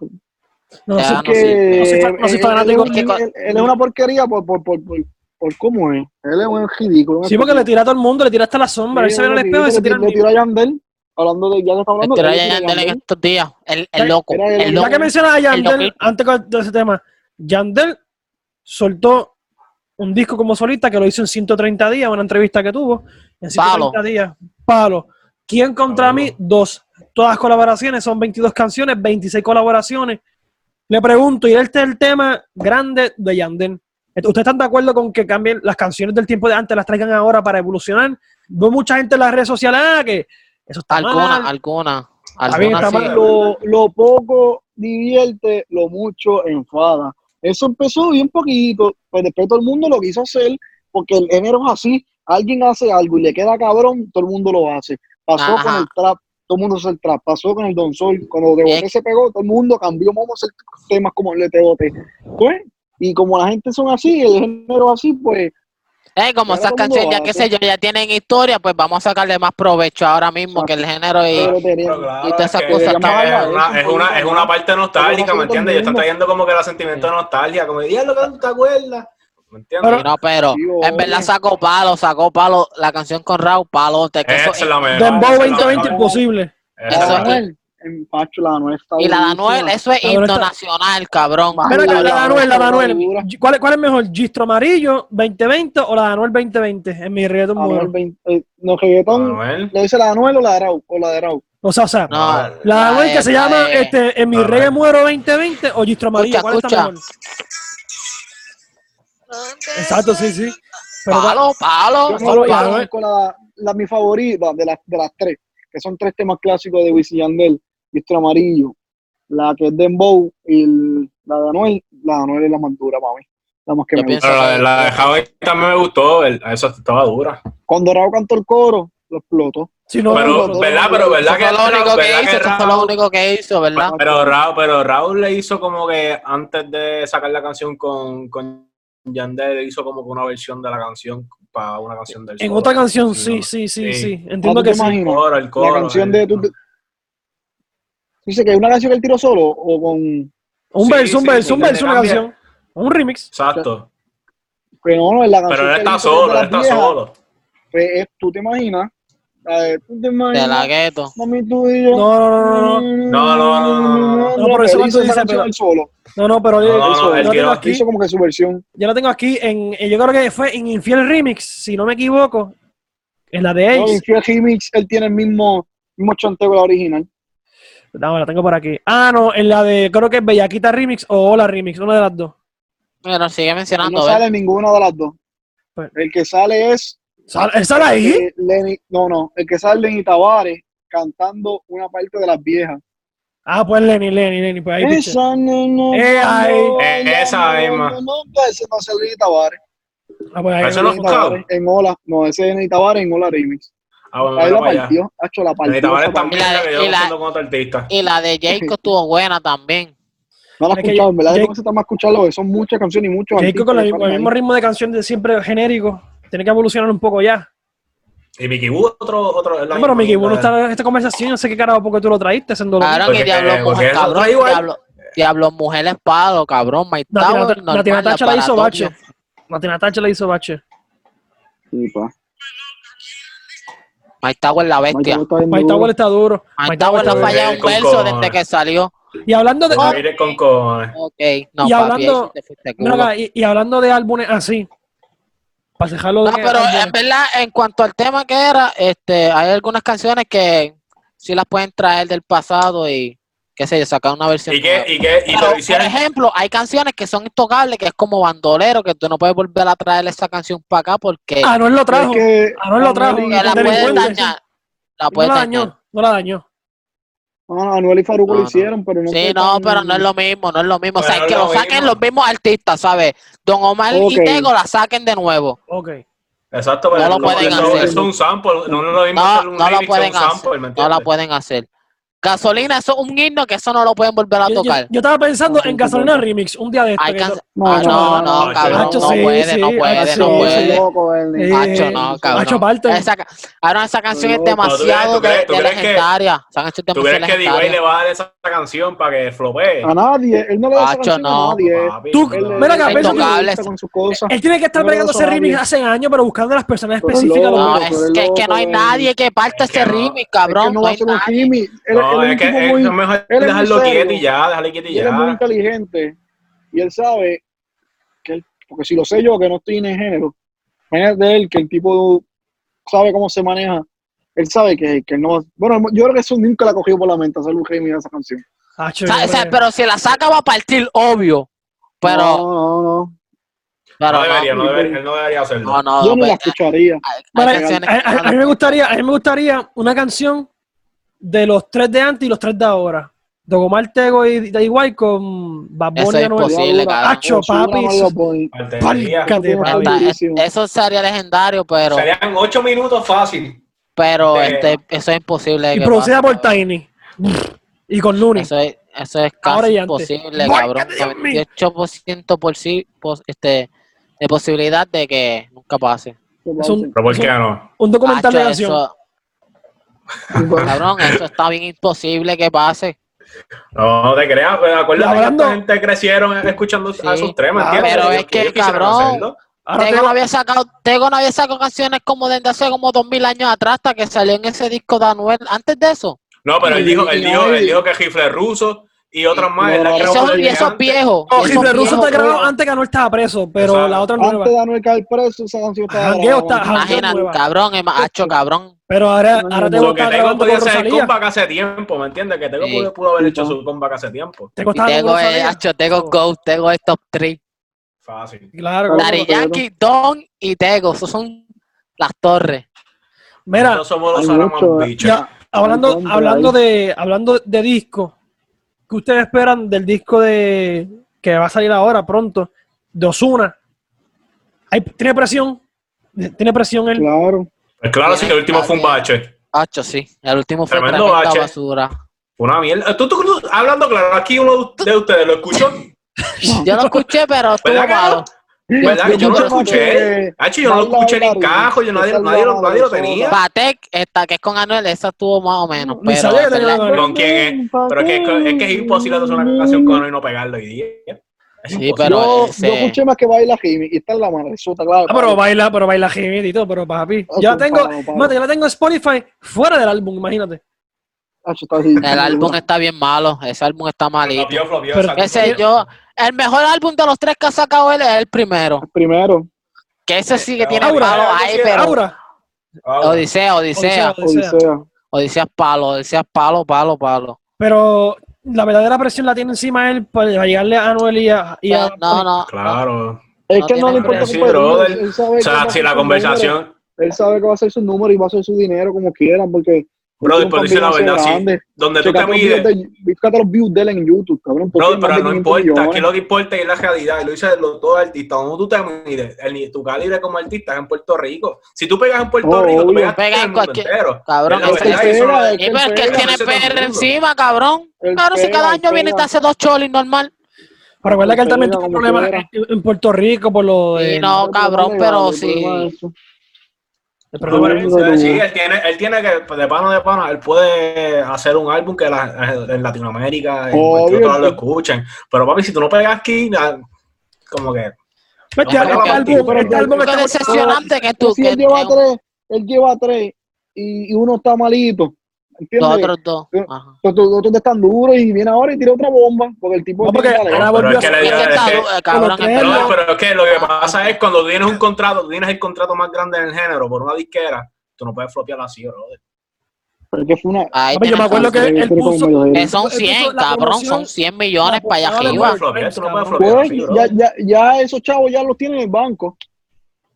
Speaker 1: No, no
Speaker 3: Ya,
Speaker 1: sé
Speaker 3: no
Speaker 1: qué-
Speaker 2: que
Speaker 1: No soy fan- no soy
Speaker 2: él-
Speaker 1: fanático.
Speaker 2: Él, él- él es una porquería por, por, por, por, por cómo es. Él es un ridículo.
Speaker 1: Sí, porque le tira a todo el mundo, le tira hasta la sombra. Él se ve en el espejo y se tira al
Speaker 2: Le
Speaker 1: mismo.
Speaker 2: tira a Yandel. Hablando de. Ya que está hablando
Speaker 3: este
Speaker 2: de él,
Speaker 3: Ryan Yandel en
Speaker 2: Yandel.
Speaker 3: estos días, el,
Speaker 1: Era-
Speaker 3: el loco,
Speaker 2: era el-
Speaker 3: el
Speaker 2: lo-
Speaker 1: Ya
Speaker 3: loco.
Speaker 1: que mencionas a Yandel,
Speaker 3: dominio.
Speaker 1: antes de ese tema, Yandel soltó un disco como solista que lo hizo en 130 días, una entrevista que tuvo. En 130
Speaker 3: Palo.
Speaker 1: días, palo. ¿Quién contra
Speaker 4: Palo.
Speaker 1: mí? Dos. Todas colaboraciones, son 22 canciones, 26 colaboraciones. Le pregunto, y este es el tema grande de Yandel. Ent- ¿Ustedes están de acuerdo con que cambien las canciones del tiempo de antes, las traigan ahora para evolucionar? Veo mucha gente en las redes sociales, ah, que eso está mal.
Speaker 3: Alguna, alguna,
Speaker 1: bien,
Speaker 3: alguna
Speaker 1: está
Speaker 3: sí.
Speaker 1: mal.
Speaker 2: lo, lo poco divierte, lo mucho enfada. Eso empezó bien poquito, pues después todo el mundo lo quiso hacer, porque el género es así, alguien hace algo y le queda cabrón, todo el mundo lo hace. Pasó
Speaker 3: Ajá.
Speaker 2: con el trap, todo el mundo hace el trap, pasó con el Don Sol, cuando de
Speaker 3: Bien.
Speaker 2: Boté se pegó, todo el mundo cambió, vamos a hacer temas como el de Tebote. Pues, y como la gente son así, el género es así, pues
Speaker 3: Eh, como
Speaker 2: Ahora
Speaker 3: esas
Speaker 2: todo el mundo
Speaker 3: canciones, ya
Speaker 2: lo
Speaker 3: que
Speaker 2: hace.
Speaker 3: sé yo, ya tienen historia, pues vamos a sacarle más provecho ahora mismo que el género y
Speaker 2: pero tenía-
Speaker 4: Pero claro,
Speaker 3: y todas esas
Speaker 4: es que-
Speaker 3: cosas
Speaker 4: es que
Speaker 3: estaban
Speaker 2: ahí,
Speaker 4: es una- es,
Speaker 2: eso
Speaker 4: una,
Speaker 2: fue
Speaker 4: es
Speaker 2: un-
Speaker 4: una parte nostálgica, ¿me entiendes? Ellos están trayendo como que el sentimiento de nostalgia, como, ya lo que tú te acuerdas, ¿me entiendes?
Speaker 3: y no, pero
Speaker 2: Sí, obvio.
Speaker 3: en verdad sacó palo, sacó palo, la canción con Raúl, palo, te que eso-
Speaker 4: Esa es la mejor,
Speaker 1: Dembow
Speaker 4: esa es la
Speaker 1: 2020
Speaker 4: mejor,
Speaker 1: imposible.
Speaker 4: esa es la
Speaker 3: Eso
Speaker 4: mejor.
Speaker 2: Anuel, en Pacho, la Anuel está
Speaker 3: y la de
Speaker 2: buenísima.
Speaker 3: Anuel, eso es
Speaker 1: La verdad
Speaker 3: himno
Speaker 1: está-
Speaker 3: nacional, cabrón.
Speaker 2: Más
Speaker 1: Mira acá, la de
Speaker 2: Dura,
Speaker 1: Anuel, la de
Speaker 2: dura,
Speaker 1: Anuel.
Speaker 2: dura.
Speaker 1: ¿Cuál, es- ¿Cuál es mejor? ¿Gistro Amarillo 2020 o la de Anuel 2020? En mi reggaeton
Speaker 2: Anuel
Speaker 1: moderno.
Speaker 2: 20, eh, no, reggaetón,
Speaker 4: Manuel.
Speaker 2: ¿le dice la de Anuel o la de Raúl? O la de Raúl.
Speaker 1: O sea, o sea,
Speaker 3: No,
Speaker 4: La
Speaker 1: la de Anuel
Speaker 3: de-
Speaker 1: que se
Speaker 3: la
Speaker 1: llama
Speaker 3: de-
Speaker 1: este, En mi
Speaker 4: Anuel.
Speaker 1: reggae muero 2020 o Gistro Amarillo.
Speaker 3: Escucha,
Speaker 1: ¿Cuál está
Speaker 3: escucha.
Speaker 1: mejor? Exacto, sí, sí. Pero va-
Speaker 3: Palo, palo,
Speaker 2: Yo
Speaker 1: no
Speaker 3: palo,
Speaker 1: lo
Speaker 3: palo.
Speaker 1: Anuel.
Speaker 2: con la, la- mi favorita de, las de las tres, que son tres temas clásicos de Wisin y Yandel, Vistro Amarillo, la que es Dembow y el- la de Anuel, la de Anuel es la más dura para mí. La más que
Speaker 3: Yo
Speaker 2: me
Speaker 3: pienso-
Speaker 2: gusta.
Speaker 4: Pero la, de- la de Javi también me gustó, el- esa estaba dura.
Speaker 2: Cuando Raúl cantó el coro, lo explotó.
Speaker 1: si no,
Speaker 4: pero,
Speaker 1: no,
Speaker 2: no,
Speaker 4: ¿verdad?
Speaker 2: no,
Speaker 4: Pero,
Speaker 3: Eso
Speaker 4: ¿verdad?
Speaker 3: fue lo único
Speaker 4: ¿verdad
Speaker 3: que hizo, eso fue lo
Speaker 4: Raúl-
Speaker 3: único que hizo, ¿verdad?
Speaker 4: Pero Raúl, pero Raúl le hizo como que antes de sacar la canción con, con Yandel, le hizo como que una versión de la canción para una canción del
Speaker 1: en
Speaker 4: solo.
Speaker 1: otra canción, sí,
Speaker 4: No.
Speaker 1: sí, sí,
Speaker 4: Sí.
Speaker 1: sí.
Speaker 2: Ah,
Speaker 1: Entiendo
Speaker 2: ¿tú
Speaker 1: que
Speaker 2: te
Speaker 1: sí.
Speaker 4: El
Speaker 2: imaginas?
Speaker 4: coro, el coro.
Speaker 2: la canción de...
Speaker 4: el-
Speaker 2: tú- tú- Dice que es una canción que él tiró solo o con...
Speaker 1: Un
Speaker 4: Sí,
Speaker 1: verso, un
Speaker 4: sí,
Speaker 1: verso, un
Speaker 4: porque
Speaker 1: verso, una
Speaker 4: cambia.
Speaker 1: canción. Un remix.
Speaker 4: Exacto.
Speaker 2: Pero no, no, es la canción
Speaker 4: Pero
Speaker 2: que
Speaker 4: él está
Speaker 2: hizo de
Speaker 4: solo, él
Speaker 2: las
Speaker 4: está
Speaker 2: viejas.
Speaker 4: solo.
Speaker 2: Pues, es- tú te imaginas, la de, tú te
Speaker 3: De la
Speaker 2: imaginas,
Speaker 3: gueto.
Speaker 2: mami tú y yo.
Speaker 1: No, no, no, no, no.
Speaker 4: No, no, no, no, no, no.
Speaker 1: No, pero eso
Speaker 2: él
Speaker 1: no
Speaker 2: hizo
Speaker 1: se
Speaker 2: esa
Speaker 1: dice,
Speaker 2: canción
Speaker 1: pero-
Speaker 2: él solo.
Speaker 1: No, no, pero
Speaker 4: No, no,
Speaker 1: eso,
Speaker 4: no, él
Speaker 1: yo, tengo
Speaker 4: tiró-
Speaker 1: aquí,
Speaker 2: Hizo como que su versión.
Speaker 1: yo lo tengo aquí. En, eh, yo creo que fue en Infiel Remix, si no me equivoco. En la de
Speaker 2: No,
Speaker 1: Ace.
Speaker 2: en Fiel Remix, él tiene el mismo, mismo chanteo que la original.
Speaker 1: No, la tengo por aquí. Ah, no, en la de, creo que es Bellaquita Remix o Hola Remix, una de las dos.
Speaker 3: Bueno, sigue
Speaker 2: Él no
Speaker 3: mencionando, ¿ves?
Speaker 2: sale en ninguna de las dos.
Speaker 1: Bueno.
Speaker 2: El que sale es
Speaker 1: ¿Sale, él sale ahí?
Speaker 2: eh, Lenny, no, no, el que sale Lenny Tavares cantando una parte de las viejas.
Speaker 1: Ah, pues Lenny, Lenny, Lenny, pues ahí. piché.
Speaker 2: Esa nena,
Speaker 1: Eh, ahí.
Speaker 4: Eh, esa misma.
Speaker 2: No, no, no, ese no es el Lenny Tavares.
Speaker 1: Ah, pues ahí.
Speaker 4: Eso no es
Speaker 2: Lenny
Speaker 4: buscado.
Speaker 2: Tavares En Hola, no, ese es Lenny Tavares en Hola Remix.
Speaker 4: Ah, bueno,
Speaker 2: Ahí
Speaker 4: mira
Speaker 2: la
Speaker 4: para allá.
Speaker 2: partió, ha hecho la partió.
Speaker 4: Lenny Tavares
Speaker 2: esa parte.
Speaker 4: también,
Speaker 3: Y la-
Speaker 4: que
Speaker 3: y
Speaker 4: yo
Speaker 3: la-
Speaker 4: confundo con otro artista.
Speaker 3: Y la de Jayco estuvo buena también.
Speaker 2: No la
Speaker 1: Es que
Speaker 2: escuchaba, en verdad,
Speaker 1: Jake-
Speaker 2: yo no se está más escucharlo, son muchas canciones y muchos
Speaker 1: Jayco
Speaker 2: artistas
Speaker 1: con la-
Speaker 2: que
Speaker 1: con el
Speaker 2: salen
Speaker 1: mismo
Speaker 2: ahí.
Speaker 1: ritmo de canción de siempre genérico. Tiene que evolucionar un poco ya.
Speaker 4: Y Mickey Wood, otro. otro es la
Speaker 1: No, Ah, pero
Speaker 4: misma
Speaker 1: Mickey, bueno,
Speaker 4: mierda.
Speaker 1: está en esta conversación, yo sé qué carajo porque tú lo traíste, siendo lo
Speaker 3: Cabrón,
Speaker 4: Porque-
Speaker 3: y Diablo
Speaker 4: porque
Speaker 3: Mujer,
Speaker 4: eso
Speaker 3: cabrón,
Speaker 4: está igual.
Speaker 3: Diablo, Diablo Mujer Espado, cabrón, My
Speaker 1: Nati
Speaker 3: Tower,
Speaker 1: Nata- Nati
Speaker 3: normal,
Speaker 1: Natacha la hizo
Speaker 3: laboratorio.
Speaker 1: bache. Nati Natacha la hizo bache.
Speaker 2: Sí, pa.
Speaker 3: My Tower la bestia.
Speaker 2: Michael está bien
Speaker 1: Mike
Speaker 2: duro.
Speaker 1: Tower está duro.
Speaker 3: My
Speaker 1: Mike
Speaker 3: Tower
Speaker 1: Tower está-
Speaker 3: no
Speaker 4: Tower.
Speaker 3: falla un
Speaker 4: Con
Speaker 3: verso
Speaker 4: cojones.
Speaker 3: desde que salió.
Speaker 1: Y hablando de.
Speaker 3: Ah.
Speaker 4: Pero mire con cojones.
Speaker 3: Ok, no,
Speaker 1: Y
Speaker 3: papi,
Speaker 1: hablando-
Speaker 3: ahí sí te fuiste,
Speaker 1: Mira
Speaker 3: culo.
Speaker 1: acá, y, y hablando de álbumes así. Para dejarlo
Speaker 3: No,
Speaker 1: de-
Speaker 3: Ah, pero eh, en verdad, en cuanto al tema que era, este, hay algunas canciones que sí las pueden traer del pasado y qué sé yo, sacar una versión.
Speaker 4: ¿Y qué?
Speaker 3: nueva.
Speaker 4: ¿Y qué? ¿Y
Speaker 3: Pero,
Speaker 4: lo
Speaker 3: por
Speaker 4: hicieron?
Speaker 3: ejemplo, hay canciones que son intocables, que es como bandolero, que tú no puedes volver a traer esa canción para acá porque
Speaker 1: Ah, no él lo
Speaker 2: Pero es
Speaker 1: trajo.
Speaker 2: que
Speaker 1: Ah, no él lo trajo.
Speaker 2: Anuel
Speaker 3: que la
Speaker 1: Delincuente.
Speaker 3: puedes dañar. La
Speaker 1: No
Speaker 3: puedes
Speaker 1: la
Speaker 3: dañar.
Speaker 1: dañó. No la dañó.
Speaker 2: Ah, Anuel y Farruko
Speaker 3: No,
Speaker 2: lo
Speaker 3: no.
Speaker 2: hicieron, pero no.
Speaker 3: Sí,
Speaker 2: fue
Speaker 3: no,
Speaker 2: tan-
Speaker 3: pero no es lo mismo, no es lo mismo. o
Speaker 4: Pero
Speaker 3: sea,
Speaker 4: no
Speaker 3: que
Speaker 4: es
Speaker 3: lo
Speaker 4: lo
Speaker 3: saquen
Speaker 4: mismo.
Speaker 3: los mismos artistas, ¿sabes? Don Omar
Speaker 2: Ok.
Speaker 3: y Tego la saquen de nuevo.
Speaker 1: Ok.
Speaker 4: Exacto, pero
Speaker 3: No lo
Speaker 4: eso-
Speaker 3: pueden
Speaker 4: eso-
Speaker 3: hacer.
Speaker 4: eso es un sample. No, no lo mismo
Speaker 3: No,
Speaker 4: hacer un
Speaker 3: no lo
Speaker 4: remix que un
Speaker 3: pueden hacer.
Speaker 4: sample, ¿me
Speaker 3: No la
Speaker 4: entiendes?
Speaker 3: pueden hacer. Gasolina, eso es un himno que eso no lo pueden volver a
Speaker 1: Yo, yo-
Speaker 3: tocar.
Speaker 1: yo estaba pensando en Gasolina Remix, un día de esto.
Speaker 3: Hay
Speaker 1: que
Speaker 3: can-
Speaker 1: eso-
Speaker 2: No,
Speaker 3: Ah, no,
Speaker 2: no,
Speaker 3: no,
Speaker 4: no,
Speaker 3: cabrón,
Speaker 1: Hacho,
Speaker 3: no
Speaker 1: sí,
Speaker 3: puede, no
Speaker 1: sí,
Speaker 3: puede,
Speaker 1: Hacho,
Speaker 3: no
Speaker 1: sí.
Speaker 2: ese
Speaker 3: puede.
Speaker 2: loco, Bernie.
Speaker 1: Sí.
Speaker 3: Hacho, Ah, no, cabrón.
Speaker 1: Hacho, parte.
Speaker 3: Esa, ca- ahora esa canción es
Speaker 2: No, no,
Speaker 4: tú crees-
Speaker 3: demasiado
Speaker 4: tú crees-
Speaker 3: de-
Speaker 4: tú
Speaker 3: de
Speaker 4: crees que-
Speaker 3: legendaria. Esa canción es
Speaker 4: ¿Tú
Speaker 3: demasiado
Speaker 4: crees que D-Way le
Speaker 3: legendaria.
Speaker 4: va a dar esa canción para que flopee?
Speaker 2: A nadie, él no le da esa
Speaker 3: Hacho,
Speaker 2: canción
Speaker 3: no.
Speaker 2: a nadie.
Speaker 4: Papi,
Speaker 1: Tú-
Speaker 2: Él-
Speaker 4: no.
Speaker 1: Ven
Speaker 2: él-
Speaker 1: acá,
Speaker 2: él
Speaker 1: ven-
Speaker 2: está con sus cosas.
Speaker 1: Él tiene que estar
Speaker 2: No lo
Speaker 1: pegando ese
Speaker 2: hizo
Speaker 1: remix
Speaker 2: nadie.
Speaker 1: hace años, pero buscando las personas
Speaker 2: Pero
Speaker 1: específicas.
Speaker 2: loco,
Speaker 1: loco.
Speaker 3: No,
Speaker 2: Tú eres
Speaker 3: es que, es que no hay
Speaker 2: loco,
Speaker 3: nadie que parta
Speaker 4: Es que
Speaker 3: ese
Speaker 4: no.
Speaker 3: remix,
Speaker 2: Es que
Speaker 3: cabrón.
Speaker 2: no
Speaker 3: No
Speaker 2: va a
Speaker 3: hay
Speaker 2: ser un
Speaker 3: nadie.
Speaker 2: Jimmy. Él,
Speaker 4: No,
Speaker 2: él
Speaker 4: es que
Speaker 2: un tipo
Speaker 4: es
Speaker 2: muy,
Speaker 4: es mejor
Speaker 2: él es muy
Speaker 4: dejarlo
Speaker 2: serio.
Speaker 4: quieto y ya, dejarlo quieto y
Speaker 2: y él es muy
Speaker 4: ya.
Speaker 2: inteligente y él sabe que él- porque si lo sé yo que no estoy en el género, imagínate él que el tipo sabe cómo se maneja. Él sabe que, que él no va- Bueno, yo creo que eso nunca la cogió por la mente hacer un remix de esa canción.
Speaker 1: Hacho,
Speaker 3: O sea,
Speaker 1: yo
Speaker 3: o sea,
Speaker 1: me-
Speaker 3: pero si la saca va a partir, obvio. Pero,
Speaker 2: no, no, no.
Speaker 3: pero
Speaker 4: No
Speaker 3: no,
Speaker 4: debería, no
Speaker 2: no.
Speaker 4: debería, él no debería
Speaker 3: no,
Speaker 4: hacerlo.
Speaker 3: no,
Speaker 2: yo ni
Speaker 3: pues,
Speaker 2: la escucharía.
Speaker 3: hay- hay
Speaker 1: Vale,
Speaker 3: canciones
Speaker 1: a,
Speaker 3: que
Speaker 1: a-
Speaker 3: no
Speaker 1: a mí me gustaría, a mí me gustaría una canción de los tres de antes y los tres de ahora. Dogomar Tego y igual con Bad
Speaker 3: Eso
Speaker 1: Bunny
Speaker 3: es
Speaker 1: y Anuel.
Speaker 3: posible. cabrón.
Speaker 1: Acho,
Speaker 2: Ozuna,
Speaker 1: papi,
Speaker 2: Mario
Speaker 1: eso-
Speaker 2: Boni.
Speaker 4: Alternaría.
Speaker 1: Pálcate,
Speaker 2: Eso
Speaker 1: papi.
Speaker 2: tiene-
Speaker 3: Está- es-
Speaker 2: durísimo.
Speaker 3: eso sería legendario, pero,
Speaker 4: Serían ocho minutos fácil.
Speaker 3: pero
Speaker 4: de-
Speaker 3: este, eso es imposible. de
Speaker 1: Y
Speaker 3: que
Speaker 1: producida
Speaker 3: pase,
Speaker 1: por
Speaker 3: cabrón.
Speaker 1: Tiny. Y con Looney.
Speaker 3: Eso es, eso es
Speaker 1: Ahora
Speaker 3: casi
Speaker 1: y antes.
Speaker 3: imposible,
Speaker 1: Voy,
Speaker 3: cabrón.
Speaker 1: que Dios mío.
Speaker 3: 98% por sí, pos- este, de posibilidad de que nunca pase.
Speaker 1: Es un,
Speaker 4: Pero ¿por
Speaker 1: es
Speaker 4: qué
Speaker 1: un-
Speaker 4: no?
Speaker 1: un documental de
Speaker 3: Hacho,
Speaker 1: canción.
Speaker 3: eso- cabrón, eso está bien imposible que pase.
Speaker 4: No, no te creas, pero acuérdate
Speaker 1: Y
Speaker 4: que
Speaker 1: hablando-
Speaker 4: esta gente crecieron escuchando
Speaker 3: Sí.
Speaker 4: a esos tres, ¿me
Speaker 2: Ah,
Speaker 4: entiendes?
Speaker 3: pero
Speaker 4: Ellos
Speaker 3: es que,
Speaker 4: quisieron
Speaker 3: cabrón.
Speaker 4: hacerlo.
Speaker 1: Ahora
Speaker 3: Tego
Speaker 1: tengo-
Speaker 3: no había sacado, Tego no había sacado canciones como desde hace como 2000 años atrás hasta que salió en ese disco de Anuel. Antes de eso,
Speaker 4: No, pero él
Speaker 2: Y-
Speaker 4: dijo, él
Speaker 2: y
Speaker 4: dijo,
Speaker 2: ahí-
Speaker 4: él dijo que rifle ruso y otras más.
Speaker 2: No,
Speaker 4: él las
Speaker 2: no,
Speaker 4: creó
Speaker 2: Pero
Speaker 3: eso,
Speaker 4: por
Speaker 3: y eso es
Speaker 4: antes.
Speaker 3: viejo.
Speaker 1: No,
Speaker 3: y eso
Speaker 1: Oh, Hitler
Speaker 3: es
Speaker 1: Russo
Speaker 3: viejo.
Speaker 1: está grabado antes que Anuel estaba preso, pero
Speaker 4: Exacto.
Speaker 1: la otra es nueva.
Speaker 2: Antes de Anuel caer preso, esa canción estaba
Speaker 1: Jangueo
Speaker 2: grabada.
Speaker 1: está-
Speaker 3: Imagina,
Speaker 1: nueva. Pues
Speaker 3: cabrón, ima- hacho, cabrón.
Speaker 1: Pero ahora,
Speaker 2: No, no,
Speaker 1: ahora
Speaker 2: no.
Speaker 1: Tego
Speaker 4: Lo que
Speaker 1: está
Speaker 4: Tego
Speaker 1: grabando
Speaker 4: podía
Speaker 1: con
Speaker 4: hacer el
Speaker 1: Rosalía.
Speaker 4: comeback hace tiempo, ¿me entiendes? Que Tego
Speaker 3: Sí.
Speaker 4: pudo, pudo haber hecho
Speaker 2: Sí,
Speaker 4: su comeback hace tiempo.
Speaker 1: Tego pues
Speaker 3: Y
Speaker 1: estaba con
Speaker 3: Tego es,
Speaker 1: Rosalía.
Speaker 3: hacho, Tego
Speaker 1: Oh.
Speaker 3: Go, Tego es top 3.
Speaker 4: Fácil.
Speaker 1: Claro.
Speaker 2: Claro.
Speaker 3: Dari
Speaker 2: pero-
Speaker 3: Yankee, Don y Tego, esos son las torres.
Speaker 1: Mira,
Speaker 4: no somos los
Speaker 2: hay
Speaker 4: Salaman
Speaker 2: mucho, eh.
Speaker 4: bichos.
Speaker 1: ya, hablando,
Speaker 2: Entonces,
Speaker 1: hablando
Speaker 2: ahí.
Speaker 1: de, hablando de disco, ¿qué ustedes esperan del disco de que va a salir ahora pronto? De Osuna. ¿Tiene presión? ¿Tiene presión él?
Speaker 2: Claro.
Speaker 4: Pues claro, si el último fue un bache.
Speaker 3: Hacho, sí. El último fue
Speaker 4: Tremendo
Speaker 3: tremenda
Speaker 4: bache.
Speaker 3: basura.
Speaker 4: Una mierda. Tú, tú, tú- hablando claro, aquí uno de ustedes lo escuchó.
Speaker 3: Yo lo escuché, pero estuvo
Speaker 4: ¿Verdad que
Speaker 3: malo.
Speaker 4: no? ¿Verdad que yo no lo
Speaker 2: escuché más
Speaker 4: escuché?
Speaker 2: que-
Speaker 4: Hacho, yo no lo
Speaker 2: Baila,
Speaker 4: escuché ni en
Speaker 2: baila,
Speaker 4: cajo, yo
Speaker 2: que
Speaker 4: nadie,
Speaker 2: salga
Speaker 4: nadie, lo-
Speaker 2: la
Speaker 4: nadie lo
Speaker 2: persona.
Speaker 4: tenía.
Speaker 3: Batek, esta que es con Anuel, esa estuvo más o menos.
Speaker 1: Ni
Speaker 3: Pero
Speaker 1: sabía que
Speaker 3: esa es la-
Speaker 1: tenía
Speaker 4: ¿Con quién es? Pero que, es- es que es imposible hacer una canción con él y no pegarlo hoy día. Es
Speaker 3: Sí,
Speaker 4: imposible.
Speaker 3: pero
Speaker 2: yo,
Speaker 3: ese-
Speaker 2: yo escuché más que baila Jimmy y está en la mano, eso está claro.
Speaker 1: Ah, pero baila, pero baila heavy y todo, pero papi.
Speaker 2: Ah,
Speaker 1: Yo la
Speaker 2: compa,
Speaker 1: tengo,
Speaker 2: compa.
Speaker 1: mate, yo la tengo en Spotify fuera del álbum, imagínate.
Speaker 2: Ah, eso está así.
Speaker 3: El álbum está bien malo, ese álbum está malito.
Speaker 4: Flopió, flopió,
Speaker 1: Pero
Speaker 4: exacto.
Speaker 3: Ese yo, el mejor álbum de los tres que ha sacado él es el primero.
Speaker 2: Primero,
Speaker 3: Que ese sí que
Speaker 4: Eh,
Speaker 3: tiene
Speaker 1: Aura,
Speaker 3: palo ahí, pero
Speaker 1: Aura.
Speaker 4: Ah, bueno.
Speaker 3: Odisea, Odisea,
Speaker 1: Odisea.
Speaker 2: Odisea.
Speaker 3: Odisea es palo, Odisea es palo, palo, palo.
Speaker 1: Pero la verdadera presión la tiene encima él para llegarle a Anuel y a. y a-
Speaker 3: Pero No, no, no.
Speaker 4: Claro.
Speaker 2: Es
Speaker 3: No
Speaker 2: que no
Speaker 3: tiene
Speaker 2: le importa
Speaker 4: precio,
Speaker 2: que pueda-
Speaker 4: brother.
Speaker 2: él sabe
Speaker 4: O
Speaker 2: que va
Speaker 4: sea,
Speaker 2: a
Speaker 4: si
Speaker 2: ser
Speaker 4: la
Speaker 2: su número,
Speaker 4: conversación,
Speaker 2: él sabe que va a ser su número y va a ser su dinero como quieran, porque.
Speaker 4: brother,
Speaker 2: es un
Speaker 4: pero dice la
Speaker 2: combinazo
Speaker 4: verdad, sí.
Speaker 2: grande.
Speaker 4: Donde tú te
Speaker 2: Chécate los
Speaker 4: mides,
Speaker 2: videos de- Chécate los views de él en YouTube, cabrón. porque
Speaker 4: Bro,
Speaker 2: hay más
Speaker 4: pero
Speaker 2: de
Speaker 4: no
Speaker 2: 500
Speaker 4: importa,
Speaker 2: millones.
Speaker 4: aquí lo que importa es la calidad, y lo dicen los dos artistas. Como tú te mides, el ni- tu calibre como artista es en Puerto Rico. Si tú pegas en Puerto
Speaker 2: Oh,
Speaker 4: Rico, tú
Speaker 2: obvio.
Speaker 4: pegas,
Speaker 3: Pega
Speaker 4: en
Speaker 3: en
Speaker 4: el mundo
Speaker 3: cualquier-
Speaker 4: entero.
Speaker 3: Cabrón,
Speaker 4: Es la
Speaker 2: ese-
Speaker 4: verdad,
Speaker 2: ese
Speaker 4: y eso
Speaker 2: era
Speaker 4: no-
Speaker 2: el-
Speaker 3: Y pero es que él
Speaker 2: Pero
Speaker 3: tiene
Speaker 4: ese todo el
Speaker 3: PR
Speaker 4: mundo.
Speaker 3: encima, cabrón.
Speaker 2: Él
Speaker 3: Claro, si
Speaker 2: pega,
Speaker 3: cada
Speaker 2: él
Speaker 3: año viene y te
Speaker 2: pega.
Speaker 3: hace dos cholis normal.
Speaker 1: Pero recuerda que él también tuvo
Speaker 2: Como
Speaker 1: problemas
Speaker 2: quiera.
Speaker 1: en en Puerto Rico por lo de.
Speaker 3: Y no, cabrón,
Speaker 2: El problema
Speaker 3: pero
Speaker 2: es eso, el
Speaker 3: sí.
Speaker 2: problema es eso.
Speaker 1: el problema
Speaker 2: no,
Speaker 1: era-
Speaker 2: no, no.
Speaker 4: Sí, él tiene, él tiene que, pues, de pana de pana, él puede hacer un álbum que la- en Latinoamérica, en cualquier
Speaker 2: Obvio.
Speaker 4: otro lado lo escuchen. Pero papi, si tú no pegas aquí, na- como que.
Speaker 1: Vete,
Speaker 4: No, pero-
Speaker 1: este álbum-
Speaker 4: pero-
Speaker 1: este álbum
Speaker 3: Lo
Speaker 1: está muy-
Speaker 3: decepcionante que tú.
Speaker 2: Pero si
Speaker 3: Que
Speaker 2: él lleva tres, él lleva tres y, y uno está malito. ¿Entiendes?
Speaker 3: los otros dos.
Speaker 2: Yo-
Speaker 3: Ajá.
Speaker 2: Los otros- los otros están duros y viene ahora y tira otra bomba. Porque el tipo
Speaker 1: No, porque
Speaker 2: tiene talento.
Speaker 1: ahora
Speaker 4: Pero
Speaker 1: volvió
Speaker 4: es
Speaker 1: a
Speaker 4: que
Speaker 1: ser-
Speaker 4: le- este
Speaker 3: Es que está,
Speaker 4: es
Speaker 3: eh, cabrón,
Speaker 1: los
Speaker 3: en
Speaker 1: tres,
Speaker 3: verdad.
Speaker 1: Pero-
Speaker 4: No, pero es que lo que pasa es cuando tienes un contrato, tú tienes el contrato más grande en el género por una disquera, tú no puedes flopear así, bro.
Speaker 2: Pero es que fue una. Ah,
Speaker 3: Ahí
Speaker 1: Papi, yo me
Speaker 3: tienes
Speaker 1: acuerdo
Speaker 3: razón.
Speaker 1: que él
Speaker 2: Pero como
Speaker 1: puso-
Speaker 2: me lo dijeron.
Speaker 3: Que son
Speaker 1: Eso- eso
Speaker 3: 100,
Speaker 1: la
Speaker 3: cabrón,
Speaker 1: promoción-
Speaker 3: son 100 millones
Speaker 1: la
Speaker 3: para allá
Speaker 1: portada de
Speaker 4: Tú no
Speaker 3: arriba.
Speaker 4: puedes flopear, tú no puedes
Speaker 1: Pues,
Speaker 4: flopear
Speaker 2: Pues,
Speaker 4: así, bro.
Speaker 2: ya, ya, ya esos chavos ya los tienen en el banco.